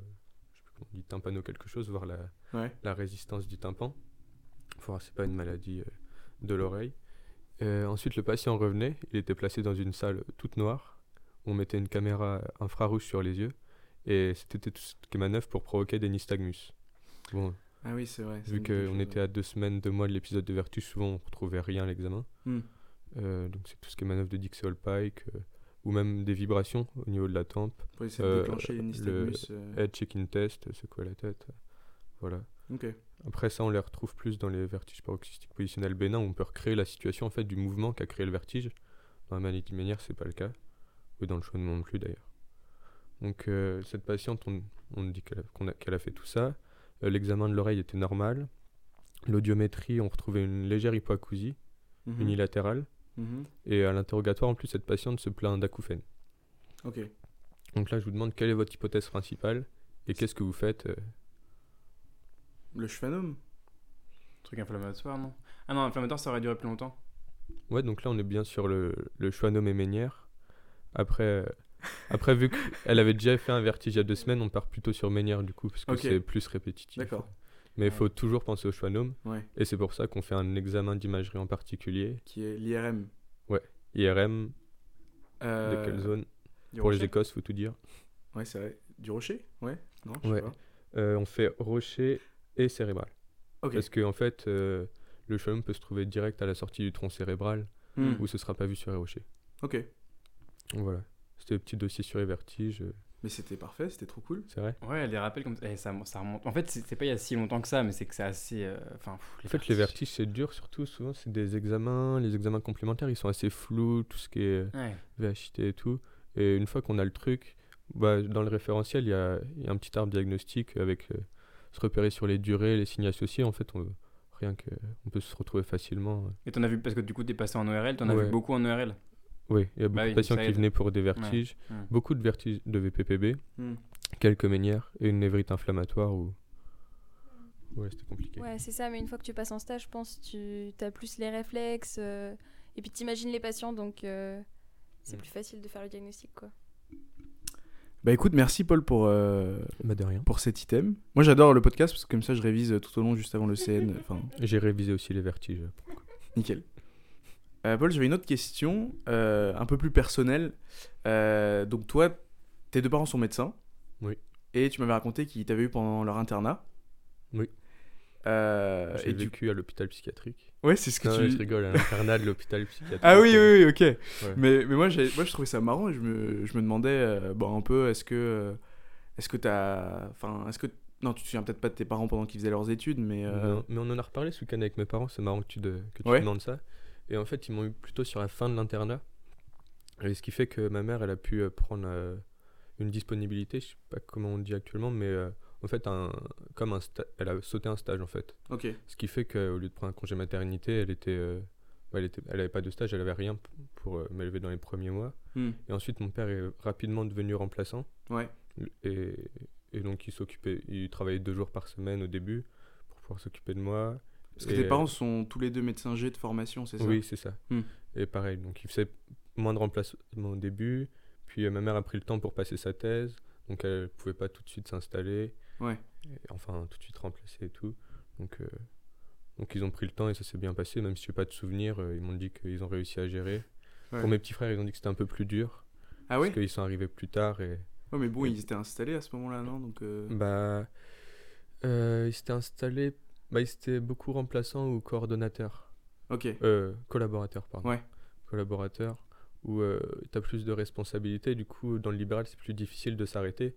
D: je sais plus comment on dit, tympano quelque chose, voir la,
A: Ouais.
D: la résistance du tympan, pour voir si c'est pas une maladie euh, de l'oreille. Euh, ensuite, le patient revenait, il était placé dans une salle toute noire. On mettait une caméra infrarouge sur les yeux, et c'était tout ce qui est manœuvre pour provoquer des nystagmus. Bon,
A: Ah oui, c'est vrai. ça me
D: Vu
A: dit quelque
D: qu'on
A: chose,
D: était à deux semaines, deux mois de l'épisode de Vertus, souvent on retrouvait rien à l'examen.
A: Hmm.
D: Euh, donc c'est tout ce qui est manœuvre de Dixie Pike, euh, ou même des vibrations au niveau de la tempe,
A: Pour essayer de
D: Euh,
A: déclencher les
D: le-
A: nystagmus. euh,
D: head check-in Eh, test, euh, secouer la tête. euh, Voilà.
A: Ok.
D: Après ça, on les retrouve plus dans les vertiges paroxystiques positionnels bénins, où on peut recréer la situation en fait du mouvement qu'a créé le vertige. Dans la maladie manière, c'est pas le cas, ou dans le chaud non plus d'ailleurs. Donc euh, cette patiente, on, on dit qu'elle a, qu'on a- qu'elle a fait tout ça. Euh, L'examen de l'oreille était normal. L'audiométrie, on retrouvait une légère hypoacousie
A: Mhm,
D: unilatérale.
A: mhm,
D: Et à l'interrogatoire, en plus, cette patiente se plaint d'acouphènes.
A: Ok.
D: Donc là, je vous demande quelle est votre hypothèse principale et qu'est-ce que vous faites euh,
A: Le chevanome
B: Truc inflammatoire, non Ah non, inflammatoire, ça aurait duré plus longtemps.
D: Ouais, donc là, on est bien sur le, le Schwannom et Ménière. Après, euh, après vu qu'elle avait déjà fait un vertige il y a deux semaines, on part plutôt sur Ménière du coup, parce que
A: Ok.
D: c'est plus répétitif.
A: D'accord.
D: Mais il
B: Ouais.
D: faut toujours penser au Schwannome,
A: Ouais.
D: et c'est pour ça qu'on fait un examen d'imagerie en particulier,
A: Qui est l'IRM.
D: IRM,
A: Euh,
D: de quelle zone
B: Du
D: Pour les
B: rocher
D: Écosses, faut tout dire.
A: Ouais, c'est vrai. Du rocher Ouais. Non, je sais
D: Ouais.
A: pas.
D: Euh, on fait rocher et cérébral.
A: Ok.
D: Parce qu'en en fait, euh, le Schwannome peut se trouver direct à la sortie du tronc cérébral,
A: Hmm,
D: où ce sera pas vu sur les rochers.
A: Ok.
D: Donc voilà. C'était le petit dossier sur les vertiges, euh,
A: Mais c'était parfait, c'était trop cool.
D: c'est vrai.
B: Ouais, les rappels comme ça. eh, ça, ça remonte. En fait, c'est c'est pas il y a si longtemps que ça, mais c'est que c'est assez. euh, Enfin, pff,
D: En fait, les vertiges, c'est dur, surtout souvent, c'est des examens, les examens complémentaires, ils sont assez flous, tout ce qui est
B: Ouais.
D: VHT et tout. Et une fois qu'on a le truc, bah, dans le référentiel, il y a, il y a un petit arbre diagnostique avec euh, se repérer sur les durées, les signes associés. En fait, on, rien que, on peut se retrouver facilement. euh.
B: Et t'en as vu, parce que du coup, t'es passé en ORL, t'en as
D: Ouais.
B: vu beaucoup en ORL.
D: Oui, il y a beaucoup
B: Bah oui,
D: de patients
B: ça
D: qui
B: aide.
D: venaient pour des vertiges,
B: Ouais.
D: beaucoup de vertiges de VPPB,
A: Hmm.
D: quelques ménières et une névrite inflammatoire où. Ouais, c'était compliqué.
C: Ouais, c'est ça, mais une fois que tu passes en stage, je pense tu as plus les réflexes. euh, et puis t'imagines les patients, donc euh, c'est
D: Mm.
C: plus facile de faire le diagnostic, quoi.
A: Bah écoute, merci Paul pour, euh,
D: Bah, de rien.
A: pour cet item. Moi j'adore le podcast parce que comme ça je révise euh, tout au long juste avant le CN. Enfin,
D: J'ai révisé aussi les vertiges.
A: Nickel. Euh, Paul, j'avais une autre question, euh, un peu plus personnelle. Euh, donc toi, tes deux parents sont médecins.
D: Oui.
A: Et tu m'avais raconté qu'ils t'avaient eu pendant leur internat.
D: Oui.
A: Euh,
D: J'ai
A: et du...
D: vécu à l'hôpital psychiatrique.
A: Ouais, c'est ce que
D: Non,
A: tu...
D: je rigole, à l'internat de l'hôpital psychiatrique.
A: Ah oui,
D: euh,
A: oui, oui, ok. Mais, mais moi, j'ai- moi, je trouvais ça marrant et je me, je me demandais, euh, bon, un peu, est-ce que... euh, est-ce que t'as... Enfin, est-ce que... Non, tu te souviens peut-être pas de tes parents pendant qu'ils faisaient leurs études, mais... euh,
D: non, Mais on en a reparlé ce week-end avec mes parents, c'est marrant que tu, de- que tu
A: Ouais.
D: demandes ça. Et en fait, ils m'ont eu plutôt sur la fin de l'internat. Et ce qui fait que ma mère, elle a pu euh, prendre euh, une disponibilité, je sais pas comment on dit actuellement, mais euh, en fait, un, comme un sta- elle a sauté un stage en fait.
A: Ok,
D: Ce qui fait qu'au lieu de prendre un congé maternité, elle était, euh, bah, elle était, elle avait pas de stage, elle avait rien p- pour euh, m'élever dans les premiers mois.
A: Hmm.
D: Et ensuite, mon père est rapidement devenu remplaçant.
A: ouais.
D: Et, et donc, il s'occupait, il travaillait deux jours par semaine au début pour pouvoir s'occuper de moi.
A: Parce que
D: Et,
A: tes parents sont tous les deux médecins G de formation, c'est ça
D: Oui, c'est ça.
A: Hmm.
D: Et pareil, donc il faisait moins de remplacement au début. Puis euh, ma mère a pris le temps pour passer sa thèse, donc elle pouvait pas tout de suite s'installer.
A: Ouais.
D: Et- enfin, tout de suite remplacer et tout. Donc, euh, donc ils ont pris le temps et ça s'est bien passé, même si j'ai pas de souvenirs. euh, ils m'ont dit qu'ils ont réussi à gérer.
A: Ouais.
D: Pour mes petits frères, ils ont dit que c'était un peu plus dur.
A: Ah oui
D: Parce qu'ils sont arrivés plus tard et.
A: Ouais, mais bon, ils étaient installés à ce moment-là, non Donc, euh,
B: Mm.
D: Bah, euh, il s'était installé, bah, il s'était beaucoup remplaçant ou coordonnateur,
A: ok.
D: euh, collaborateur, pardon.
A: Ouais.
D: Collaborateur, où euh, t'as plus de responsabilités, du coup, dans le libéral, c'est plus difficile de s'arrêter.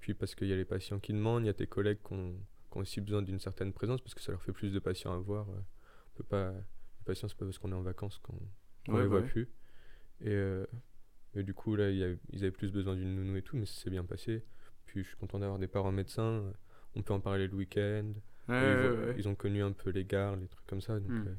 D: Puis parce qu'il y a les patients qui demandent, il y a tes collègues qui ont, qui ont aussi besoin d'une certaine présence, parce que ça leur fait plus de patients à voir. euh. On peut pas, les patients, c'est pas parce qu'on est en vacances qu'on qu'on
A: Ouais,
D: les
A: bah
D: voit
A: ouais.
D: plus. Et, euh, et du coup, là, il y a- ils avaient plus besoin d'une nounou et tout, mais ça s'est bien passé. Puis je suis content d'avoir des parents médecins. On peut en parler le week-end.
A: Ouais,
D: ils,
A: ouais,
D: voient-
A: ouais.
D: ils ont connu un peu les gares, les trucs comme ça. donc,
B: Hmm.
D: euh,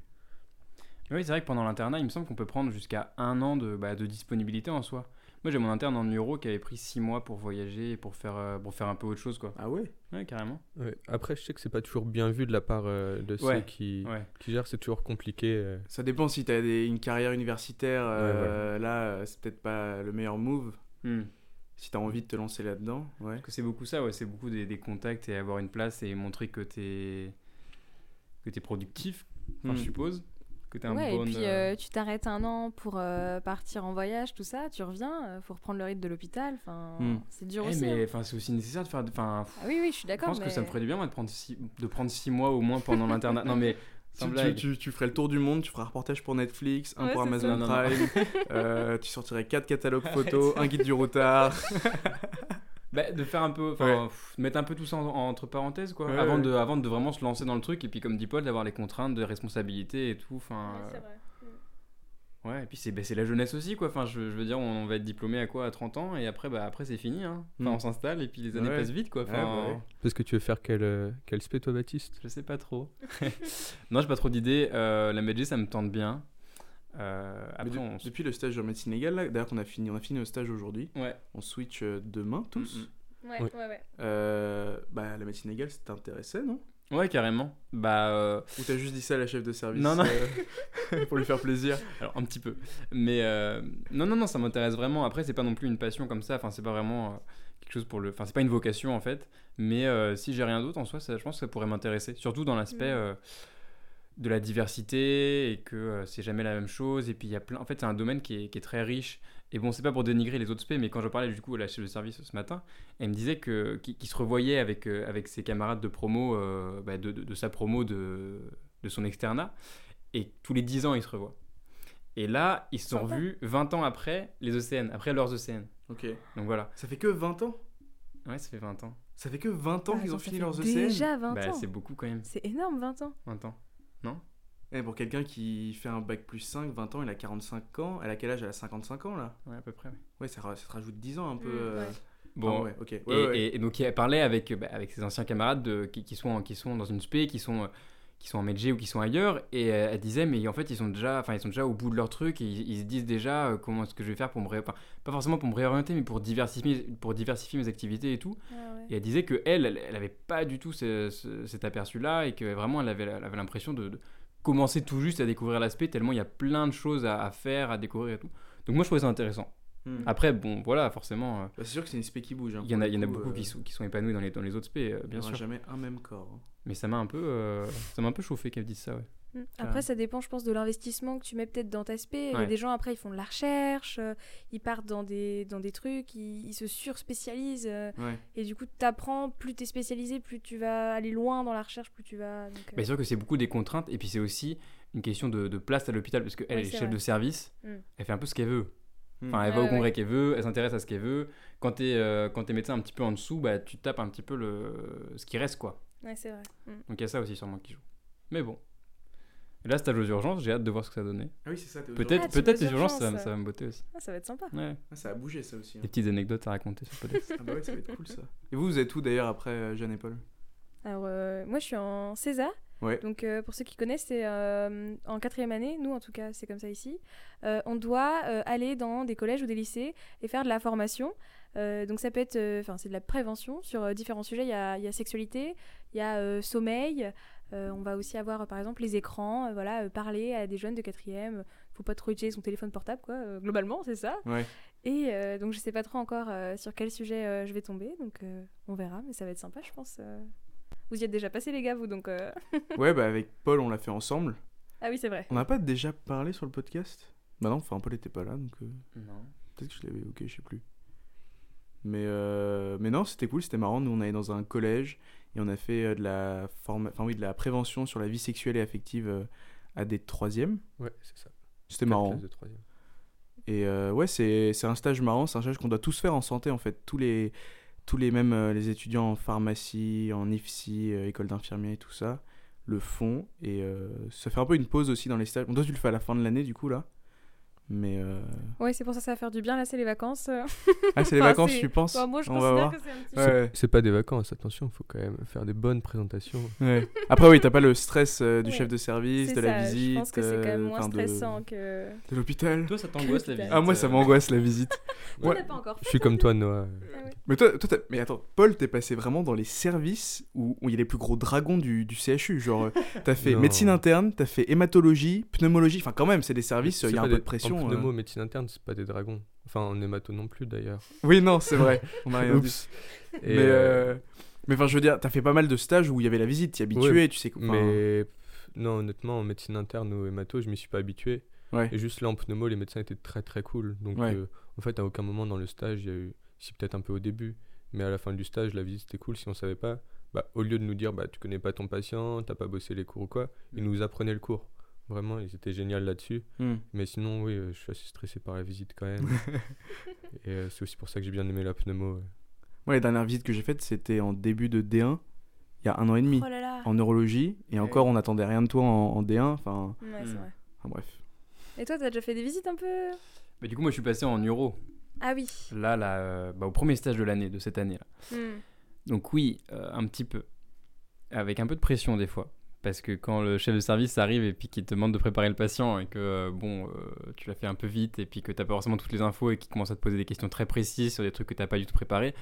B: Mais oui, c'est vrai que pendant l'internat, il me semble qu'on peut prendre jusqu'à un an de, bah, de disponibilité en soi. Moi, j'ai mon interne en euro qui avait pris 6 mois pour voyager et pour faire, euh, pour faire un peu autre chose, quoi.
A: Ah ouais
B: Ouais, carrément.
D: Ouais. Après, je sais que c'est pas toujours bien vu de la part euh, de ceux
B: Ouais,
D: qui,
B: Ouais.
D: qui gèrent, c'est toujours compliqué. euh.
A: Ça dépend si t'as des- une carrière universitaire. euh, Là, euh, c'est peut-être pas le meilleur move.
B: Hmm.
A: Si t'as envie de te lancer là-dedans, ouais.
B: Parce que c'est beaucoup ça, ouais. C'est beaucoup des, des contacts et avoir une place et montrer que t'es que t'es productif, enfin, je
A: Hmm.
B: suppose, que t'es un
C: Ouais,
B: bon.
C: et puis
B: euh,
C: euh, tu t'arrêtes un an pour euh, partir en voyage, tout ça, tu reviens, euh, faut reprendre le rythme de l'hôpital, enfin,
A: Hmm.
C: c'est dur
B: eh,
C: aussi. hein.
B: mais enfin, c'est aussi nécessaire de faire. Enfin, pff,
C: Ah oui, oui, je suis
B: je
C: d'accord,
B: pense
C: mais...
B: que ça me ferait du bien moi, de prendre six, de prendre six mois au moins pendant l'internat. Non mais
A: Tu,
B: sans
A: tu,
B: blague.
A: tu- tu ferais le tour du monde, tu ferais un reportage pour Netflix, un
C: Ouais,
A: pour
C: c'est
A: Amazon
B: ça. Non, non, Ah, non.
A: Prime, euh, tu sortirais quatre catalogues photos, un guide du routard.
B: Bah, de faire un peu, enfin, pff, de mettre un peu tout ça en- en- entre parenthèses quoi,
A: Ouais,
B: avant
A: ouais.
B: de, avant de vraiment se lancer dans le truc et puis comme dit Paul d'avoir les contraintes, des responsabilités et tout, enfin.
C: Ouais, c'est
B: euh,
C: vrai.
B: Ouais, et puis c'est bah, c'est la jeunesse aussi, quoi. Enfin, je, je veux dire, on, on va être diplômé à quoi À 30 ans, et après, bah, après c'est fini. Hein. Enfin,
A: Mm.
B: on s'installe, et puis les années
A: Ouais.
B: passent vite, quoi.
A: Ouais,
B: Enfin,
A: bah ouais.
D: Parce que tu veux faire quel, euh, quel spé, toi, Baptiste
B: je sais pas trop. non, j'ai pas trop d'idées. Euh, la MedG, ça me tente bien. Euh,
A: Mais
B: après,
A: de-
B: on s-
A: Depuis le stage en médecine légale, là, d'ailleurs, on a fini, on a fini le stage aujourd'hui.
B: Ouais.
A: On switch euh, demain tous.
B: Mm, mm.
C: Ouais,
D: Oui.
C: ouais, ouais.
A: Euh, bah, la médecine légale, ça t'intéressait, non
B: Ouais, carrément. Bah, euh,
A: Ou t'as juste dit ça à la chef de service
B: Non, non.
A: euh, pour lui faire plaisir.
B: alors un petit peu. Mais euh, non, non, non, ça m'intéresse vraiment. Après, c'est pas non plus une passion comme ça. Enfin, c'est pas vraiment euh, quelque chose pour le. Enfin, c'est pas une vocation en fait. Mais euh, si j'ai rien d'autre en soi, ça, je pense que ça pourrait m'intéresser. Surtout dans l'aspect
C: Mm.
B: euh, de la diversité et que euh, c'est jamais la même chose. Et puis il y a plein. En fait, c'est un domaine qui est, qui est très riche. Et bon, c'est pas pour dénigrer les autres spé, mais quand j'en parlais du coup à la chef de service ce matin, elle me disait que qui, se revoyait avec euh, avec ses camarades de promo, euh, bah, de, de- de sa promo de de son externat. Et tous les 10 ans, ils se revoient. Et là, ils se sont
C: Sympa.
B: revus 20 ans après les ECN, après leurs ECN.
A: Ok.
B: Donc voilà.
A: Ça fait que 20 ans
B: Ouais, ça fait 20 ans.
A: Ça fait que 20 ans
C: Bah,
A: qu'ils ont
C: attends, ça
A: fini
C: fait
A: leurs E ECN.
C: Déjà 20
B: Bah,
C: ans
B: c'est beaucoup quand même,
C: C'est énorme, 20 ans
B: 20 ans.
A: Eh, pour quelqu'un qui fait un bac plus 5, 20 ans, il a 45 ans. Elle a quel âge Elle a 55 ans, là
B: Ouais, à peu près. ouais.
A: Ouais, ça, ra- ça te rajoute 10 ans un peu.
C: Mm,
A: euh,
C: ouais.
B: Bon,
A: enfin, ouais, ok. Ouais,
B: et,
A: ouais.
B: et- et donc elle parlait avec, euh, bah, avec ses anciens camarades de- qui, qui sont, en- qui sont dans une spé, qui sont, euh, qui sont en medg ou qui sont ailleurs, et euh, elle disait, mais en fait, ils sont déjà, enfin, ils sont déjà au bout de leur truc, et ils, ils se disent déjà euh, comment est-ce que je vais faire pour me réorienter, pas forcément pour me réorienter, mais pour diversifier, pour diversifier mes activités et tout. Et elle disait que elle, elle- elle avait pas du tout ce- ce- cet aperçu-là et que vraiment elle avait elle avait l'impression de, de commencer tout juste à découvrir l'aspect tellement il y a plein de choses à, à faire, à découvrir et tout. Donc moi je trouvais ça intéressant.
A: Hmm.
B: Après bon voilà forcément euh,
A: Bah, c'est sûr que c'est une spé qui bouge. hein,
B: il y en a
A: pour
B: il y en a
A: le coup,
B: beaucoup
A: euh,
B: qui sont qui sont épanouis dans les dans les autres spé euh,
A: il y
B: bien
A: aura
B: sûr.
A: jamais un même corps. hein.
B: Mais ça m'a un peu euh, ça m'a un peu chauffé qu'elle dise ça ouais.
C: Mm.
B: Carrément.
C: Après, ça dépend, je pense, de l'investissement que tu mets peut-être dans ta spé. Il y
B: Ouais.
C: a des gens, après, ils font de la recherche, euh, ils partent dans des, dans des trucs, ils, ils se surspécialisent. euh,
A: Ouais.
C: et du coup, t'apprends, plus t'es spécialisé, plus tu vas aller loin dans la recherche, plus tu vas... donc, euh,
B: Mais c'est sûr que c'est beaucoup des contraintes et puis c'est aussi une question de, de place à l'hôpital parce qu'elle
C: Ouais,
B: est
C: c'est
B: chef
C: vrai.
B: de service,
C: Mm.
B: elle fait un peu ce qu'elle veut.
A: Hmm.
B: Enfin, elle va
C: Ouais,
B: au congrès qu'elle veut, elle s'intéresse à ce qu'elle veut. Quand t'es euh, quand t'es médecin un petit peu en dessous, bah tu tapes un petit peu le ce qui reste quoi.
C: ouais, c'est vrai. Mm.
B: Donc il y a ça aussi sûrement qui joue. Mais bon. Et là, stage aux urgences, j'ai hâte de voir ce que ça donnait.
A: Ah oui, c'est ça. t'es
B: Peut-être
C: Ah, tu
B: peut-être
C: vas
B: les
C: aux
B: urgences, ça,
C: urgences,
B: ça va me botter aussi.
C: Ah, ça va être sympa.
B: Ouais.
A: Ah, ça a bougé ça aussi. hein.
B: Des petites anecdotes à raconter sur le podcast.
A: Ah bah ouais, ça va être cool ça. Et vous, vous êtes où d'ailleurs après euh, Jeanne et Paul
C: Alors, euh, moi, je suis en CESA.
A: Ouais.
C: Donc, euh, pour ceux qui connaissent, c'est euh, en quatrième année, nous en tout cas, c'est comme ça ici. euh, on doit euh, aller dans des collèges ou des lycées et faire de la formation. Euh, donc, ça peut être, euh, enfin, c'est de la prévention sur euh, différents sujets. Il y a, il y a sexualité, il y a euh, sommeil. Euh, on va aussi avoir, euh, par exemple, les écrans. euh, voilà, euh, parler à des jeunes de quatrième. Faut pas trop utiliser son téléphone portable, quoi. euh, globalement, c'est ça.
A: Ouais.
C: Et euh, donc, je sais pas trop encore euh, sur quel sujet euh, je vais tomber. Donc, euh, on verra, mais ça va être sympa, je pense. euh. Vous y êtes déjà passé, les gars, vous, donc. euh,
A: Ouais, bah avec Paul, on l'a fait ensemble.
C: Ah oui, c'est vrai.
A: On n'a pas déjà parlé sur le podcast Bah non, enfin Paul était pas là, donc euh,
B: Non.
A: peut-être que je l'avais évoqué, je sais plus. Mais, euh, mais non, c'était cool, c'était marrant. Nous, on allait dans un collège et on a fait euh, de, la forma- enfin, oui, de la prévention sur la vie sexuelle et affective euh, à des troisièmes.
D: Ouais, c'est ça.
A: C'était
D: Quatre
A: marrant. hein.
D: classes de troisième.
A: Et euh, ouais, c'est c'est un stage marrant, c'est un stage qu'on doit tous faire en santé en fait. Tous les, tous les même euh, les étudiants en pharmacie, en IFSI, euh, école d'infirmiers et tout ça, le font. Et euh, ça fait un peu une pause aussi dans les stages. Bon, toi, tu le fais à la fin de l'année du coup là. Mais. euh,
C: Ouais, c'est pour ça que ça va faire du bien. Là, c'est les vacances. euh.
A: Ah, c'est les
C: Enfin,
A: vacances,
C: c'est-
A: tu penses
C: Enfin, moi, je
A: On va
C: considère
A: voir.
C: que c'est un petit
A: Ouais, ouais.
D: C'est pas des vacances, attention, faut quand même faire des bonnes présentations.
A: Ouais. Après, oui, t'as pas le stress euh, du
C: Ouais.
A: chef de service,
C: C'est
A: de la
C: ça,
A: visite.
C: Je pense que c'est quand même
A: euh,
C: moins
A: enfin, de-
C: stressant que.
A: De l'hôpital.
B: Toi, ça t'angoisse la visite
A: Ah, moi, ça
B: euh,
A: m'angoisse la visite.
C: On
A: Ouais.
C: n'a pas encore
D: Je
C: fait.
D: suis comme toi, Noah. euh,
C: Ah ouais.
A: Mais toi, toi t'as- mais attends, Paul, t'es passé vraiment dans les services où où il y a les plus gros dragons du, du CHU. Genre, euh, t'as fait
D: Non.
A: médecine interne, t'as fait hématologie, pneumologie. Enfin, quand même, c'est des services,
D: c'est
A: il y a
D: pas
A: un
D: des-
A: peu de pression.
D: En
A: euh.
D: pneumo, médecine interne, c'est pas des dragons. Enfin, en hémato non plus d'ailleurs.
A: Oui, non, c'est vrai. On a rien dit.
D: Oups. Et,
A: mais
D: euh,
A: euh, mais enfin, je veux dire, t'as fait pas mal de stages où il y avait la visite, t'y habituais,
D: Ouais,
A: tu sais. quoi.
D: Mais pff, non, honnêtement, en médecine interne ou hémato, je m'y suis pas habitué.
A: Ouais.
D: Et juste là, en pneumo, les médecins étaient très très cool. Donc,
A: Ouais.
D: euh, en fait, à aucun moment dans le stage, il y a eu. Si, peut-être un peu au début. Mais à la fin du stage, la visite était cool. Si on savait pas, bah, au lieu de nous dire, bah, tu connais pas ton patient, t'as pas bossé les cours ou quoi,
A: Mm.
D: ils nous apprenaient le cours. Vraiment, ils étaient géniaux là-dessus.
A: Hmm.
D: Mais sinon, oui, euh, je suis assez stressé par la visite quand même. Et euh, c'est aussi pour ça que j'ai bien aimé la pneumo. ouais.
A: Moi, la dernière visite que j'ai faite, c'était en début de D1, il y a un an et demi,
C: Oh là là.
A: en neurologie. Et encore, on attendait rien de toi en, en D1. Enfin,
C: Ouais, c'est
B: Hmm.
C: vrai.
A: enfin, bref.
C: Et toi, t'as déjà fait des visites un peu
B: Mais Bah, du coup, moi, je suis passé en euro.
C: Ah oui.
B: Là, là euh, bah, au premier stage de l'année, de cette année. là
C: Hmm.
B: Donc oui, euh, un petit peu. Avec un peu de pression des fois. Parce que quand le chef de service arrive et puis qu'il te demande de préparer le patient et que, euh, bon, euh, tu l'as fait un peu vite et puis que t'as pas forcément toutes les infos et qu'il commence à te poser des questions très précises sur des trucs que t'as pas du tout préparé,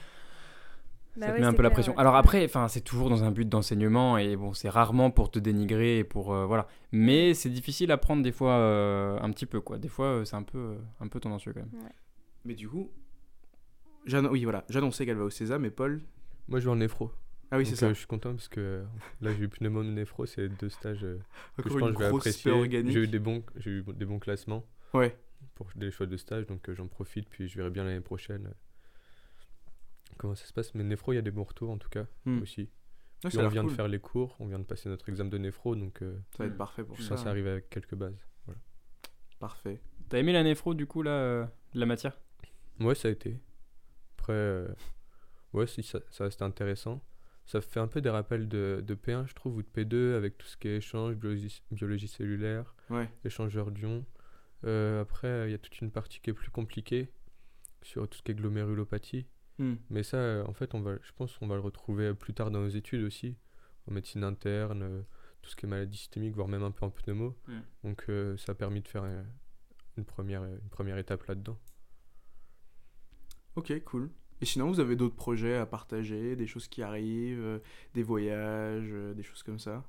C: Bah
B: ça te
C: ouais,
B: met un
C: c'est
B: peu la
C: clair,
B: pression.
C: ouais.
B: Alors après, enfin, c'est toujours dans un but d'enseignement et bon, c'est rarement pour te dénigrer et pour euh, voilà. Mais c'est difficile à prendre des fois euh, un petit peu quoi. Des fois, euh, c'est un peu euh, un peu tendancieux quand même.
A: Mais du coup, j'annon- oui, voilà, j'annonçais qu'elle va au César, mais Paul.
D: Moi, je vais en néphro.
A: Ah oui, c'est
D: Donc,
A: ça.
D: euh, je suis content parce que euh, là, j'ai eu pneumo néphro, c'est deux stages euh, que je
A: Encore
D: pense
A: une
D: que je vais
A: grosse
D: apprécier.
A: paix organique. Ah,
D: J'ai eu des bons, j'ai eu des bons classements
A: Ouais.
D: pour des choix de stage, donc euh, j'en profite. Puis je verrai bien l'année prochaine euh, comment ça se passe. Mais néphro, il y a des bons retours en tout cas
A: Hmm.
D: aussi.
A: Ouais,
D: Puis
A: ça a
D: on
A: l'air
D: vient de
A: cool.
D: faire les cours, on vient de passer notre examen de néphro, donc euh,
A: Ça va être parfait pour
D: je suis
A: ça. hein.
D: censé arriver avec quelques bases.
A: Parfait.
B: T'as aimé la néphro du coup là, euh, la matière
D: Ouais, ça a été. Après, euh, ouais, si, ça, ça reste intéressant. Ça fait un peu des rappels de, de P1, je trouve, ou de P2, avec tout ce qui est échange, biologie, biologie cellulaire,
A: Ouais.
D: échangeur d'ions. Euh, après, euh, il y a toute une partie qui est plus compliquée sur tout ce qui est glomérulopathie.
A: Hmm.
D: Mais ça, euh, en fait, on va, je pense qu'on va le retrouver plus tard dans nos études aussi, en médecine interne, euh, tout ce qui est maladie systémique, voire même un peu en pneumo.
A: Hmm.
B: Mm.
D: Donc, euh, ça a permis de faire euh, une, première, euh, une première étape là-dedans.
A: Ok, cool. Et sinon, vous avez d'autres projets à partager, des choses qui arrivent, euh, des voyages, euh, des choses comme ça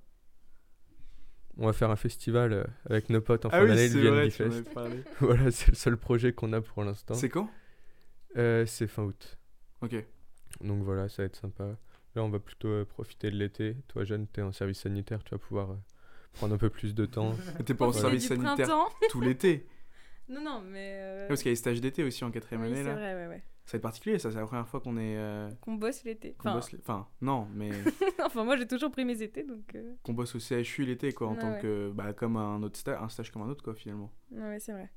D: On va faire un festival euh, avec nos
A: Ah
D: potes en fin d'année, le VNB
A: tu en
D: Fest.
A: avais parlé.
D: Voilà, c'est le seul projet qu'on a pour l'instant.
A: C'est quand
D: Euh, C'est fin août.
A: Ok.
D: Donc voilà, ça va être sympa. Là, on va plutôt euh, profiter de l'été. Toi, jeune, t'es en service sanitaire, tu vas pouvoir euh, prendre un peu plus de temps.
A: Mais T'es pas en
D: Profiter
A: service
C: du
A: sanitaire
C: printemps.
A: tout l'été.
C: Non, non, mais. euh,
A: Ouais, parce qu'il y a les stages d'été aussi en
C: oui,
A: quatrième année.
C: c'est
A: Là.
C: vrai, ouais, ouais.
A: Ça va être particulier, ça. C'est la première fois qu'on est. euh,
C: Qu'on bosse l'été.
A: qu'on
C: Enfin,
A: bosse les- enfin, non, mais
C: enfin, moi, j'ai toujours pris mes étés, donc. euh,
A: qu'on bosse au CHU l'été, quoi, en
C: Ouais,
A: tant
C: ouais.
A: que. Bah, comme un autre stage, un stage comme un autre, quoi, finalement.
C: Non, mais c'est vrai.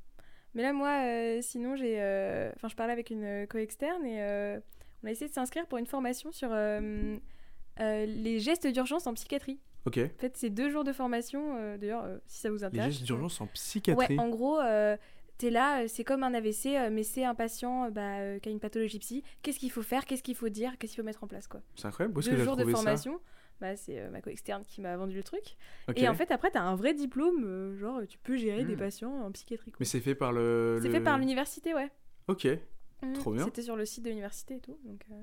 C: Mais là, moi, euh, sinon, j'ai. euh, Enfin, je parlais avec une euh, co-externe et euh, on a essayé de s'inscrire pour une formation sur euh, euh, les gestes d'urgence en psychiatrie.
A: Ok. Les
C: En fait, c'est deux jours de formation, euh, d'ailleurs, euh, si ça vous intéresse.
A: gestes
C: je-
A: d'urgence en
C: Ouais,
A: psychiatrie.
C: en gros, euh, t'es là, euh, c'est comme un AVC, euh, mais c'est un patient euh, bah, euh, qui a une pathologie psy. Qu'est-ce qu'il faut faire Qu'est-ce qu'il faut dire Qu'est-ce qu'il faut mettre en place, quoi
A: C'est incroyable. Où est-ce que
C: Deux
A: t'as
C: jours de
A: trouvé ça
C: formation. Bah, c'est euh, ma co-externe qui m'a vendu le truc.
A: Ok.
C: Et en fait, après, t'as un vrai diplôme, euh, genre, tu peux gérer des
B: Hmm.
C: patients en psychiatrie. quoi.
A: Mais c'est fait par le.
C: C'est
A: le-
C: fait par l'université, ouais.
A: Ok.
C: Mm.
A: Trop bien.
C: C'était sur le site de l'université et tout. Donc, euh,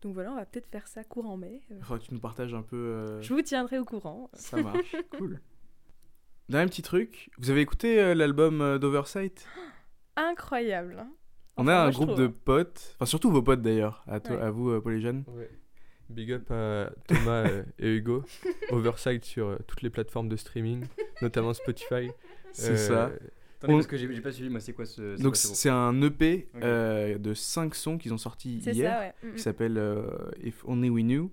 C: donc voilà, on va peut-être faire ça courant mai. euh.
A: Faudra que Oh, tu nous partages un peu. euh,
C: Je vous tiendrai au courant.
A: Ça marche. cool. Dernier petit truc. Vous avez écouté euh, l'album euh, d'Oversight
C: Incroyable. hein.
A: On
C: Enfin,
A: a
C: moi,
A: un
C: je
A: groupe
C: trouve,
A: de
C: hein.
A: potes, enfin surtout vos potes d'ailleurs, à, toi-
C: Ouais.
A: à vous, euh, Paul et Jeanne.
D: Big up à Thomas euh, et Hugo. Oversight sur euh, toutes les plateformes de streaming, notamment Spotify.
A: C'est
D: Euh,
A: ça.
B: Attendez,
A: On-
B: parce que j'ai j'ai pas suivi, moi, c'est quoi ce. c'est
A: Donc
B: quoi ce groupe
A: c'est un EP
B: Ok.
A: euh, de 5 sons qu'ils ont sortis
C: C'est
A: hier,
C: ça, ouais. Mm, mm.
A: qui s'appelle euh, If Only We Knew.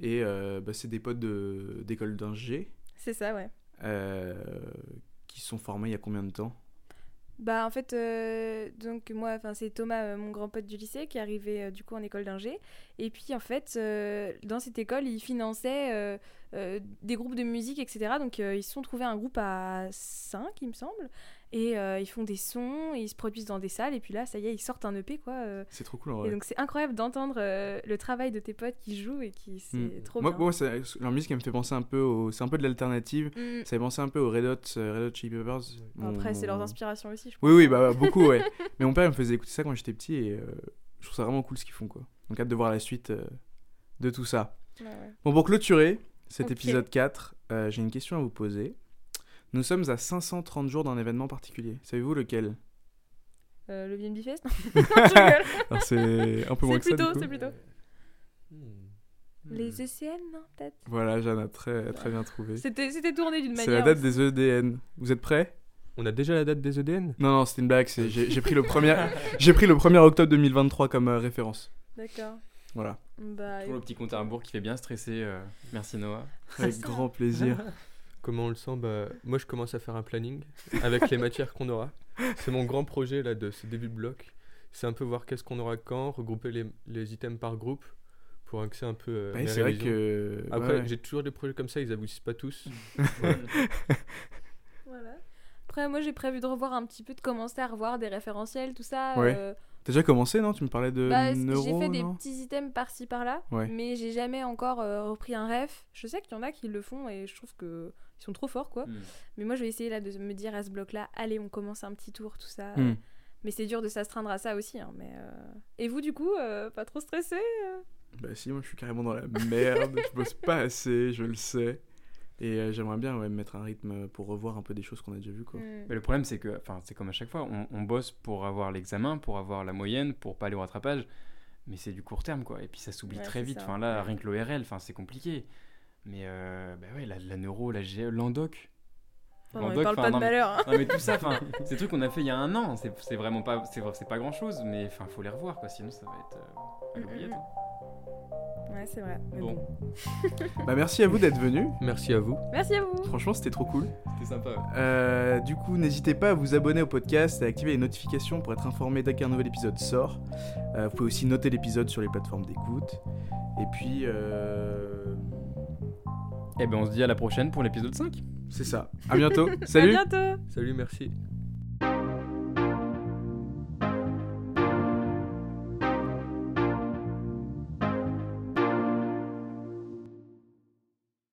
A: Et euh, bah, c'est des potes de- d'école d'ingé
C: C'est ça, ouais.
A: euh, qui sont formés il y a combien de temps
C: Bah, en fait, euh, donc moi, enfin, c'est Thomas, euh, mon grand pote du lycée, qui arrivait euh, du coup en école d'ingé. Et puis, en fait, euh, dans cette école, ils finançaient euh, euh, des groupes de musique, etc. Donc, euh, ils se sont trouvés un groupe à 5, il me semble. Et euh, ils font des sons, et ils se produisent dans des salles, et puis là, ça y est, ils sortent un EP, quoi. euh.
A: C'est trop cool en vrai.
C: Et donc, c'est incroyable d'entendre euh, le travail de tes potes qui jouent et qui. C'est
A: Mm.
C: trop
A: moi,
C: bien.
A: moi, c'est- leur musique, elle me fait penser un peu au. C'est un peu de l'alternative.
C: Mm.
A: Ça fait penser un peu aux Red Hot, euh, Red Hot Chili Peppers. Mon-
C: Après, c'est leurs
A: mon-
C: inspirations aussi, je pense.
A: Oui, oui, bah, beaucoup, ouais. Mais mon père, il me faisait écouter ça quand j'étais petit et euh, je trouve ça vraiment cool ce qu'ils font, quoi. Donc, hâte de voir la suite euh, de tout ça.
C: Ouais, ouais.
A: Bon, pour clôturer cet
C: Ok.
A: épisode 4, euh, j'ai une question à vous poser. Nous sommes à 530 jours d'un événement particulier. Savez-vous lequel
C: Euh, le BNB Fest Non, je rigole.
A: Alors, Ah, C'est un peu moins
C: C'est
A: que ça, du
C: plutôt,
A: coup. Mm.
C: c'est plutôt. Les ECN, non, peut-être
A: Voilà, Jeanne a très, très bien trouvé.
C: C'était c'était tourné d'une
A: C'est
C: manière.
A: la date des EDN. Vous êtes prêts
D: On a déjà la date des E EDN
A: Non, non, c'était une blague. c'est- J'ai j'ai pris, le premier- j'ai pris le 1er octobre 2023 comme euh, référence.
C: D'accord.
A: Voilà,
C: Bah,
B: Pour le petit compte à rebours qui fait bien stresser. euh, merci Noah.
A: avec
C: ça.
A: grand plaisir.
D: Comment on le sent bah, Moi, je commence à faire un planning avec les matières qu'on aura. C'est mon grand projet là, de ce début de bloc. C'est un peu voir qu'est-ce qu'on aura quand, regrouper les, les items par groupe pour axer un peu. euh,
A: Bah,
D: mes
A: c'est vrai
D: révisions.
A: que.
D: Après,
A: ouais.
D: j'ai toujours des projets comme ça, ils aboutissent pas tous.
C: Voilà. Après, moi, j'ai prévu de revoir un petit peu, de commencer à revoir des référentiels, tout ça.
A: Ouais.
C: euh,
A: T'as déjà commencé, non Tu me parlais de
C: bah, c-
A: neuro,
C: j'ai fait des
A: non
C: petits items par-ci par-là,
A: Ouais.
C: mais j'ai jamais encore euh, repris un ref. Je sais qu'il y en a qui le font et je trouve que ils sont trop forts, quoi.
B: Mm.
C: Mais moi, je vais essayer là de me dire à ce bloc-là, allez, on commence un petit tour, tout ça.
A: Hmm.
C: Mais c'est dur de s'astreindre à ça aussi. hein, mais euh, Et vous, du coup, euh, pas trop stressé
A: Bah si, moi je suis carrément dans la merde, je bosse pas assez, je le sais. Et euh, j'aimerais bien ouais, me mettre un rythme pour revoir un peu des choses qu'on a déjà vues. Quoi.
C: Hmm.
B: Mais le problème, c'est que, enfin, c'est comme à chaque fois, on, on bosse pour avoir l'examen, pour avoir la moyenne, pour pas aller au rattrapage, mais c'est du court terme, quoi. Et puis ça s'oublie
C: Ouais,
B: très
C: c'est
B: vite.
C: ça.
B: Enfin, là, rien que l'ORL, enfin, c'est compliqué. Mais euh, bah ouais, la, la neuro, la GE, l'endoc.
C: Enfin, non, mais
B: Landoc,
C: parle
B: enfin,
C: pas de
B: non, mais-
C: malheur. hein.
B: Non, mais tout ça, enfin, ces trucs qu'on a fait il y a un an, c'est c'est vraiment pas, c'est c'est pas grand chose, mais enfin, faut les revoir, quoi. Sinon, ça va être euh, à
C: Mm,
B: l'oubliette,
C: mm,
B: hein.
C: Ouais, c'est vrai. mais
B: Bon.
C: bon. Mm.
A: Bah merci à vous d'être venus,
D: Merci à vous.
C: Merci à vous.
A: franchement c'était trop cool.
B: C'était sympa. ouais.
A: Euh, du coup n'hésitez pas à vous abonner au podcast et à activer les notifications pour être informé dès qu'un nouvel épisode sort. Euh, vous pouvez aussi noter l'épisode sur les plateformes d'écoute. Et puis euh,
B: Eh ben, on se dit à la prochaine pour l'épisode 5.
A: c'est ça, à bientôt,
C: À
A: salut
C: bientôt.
D: Salut, merci.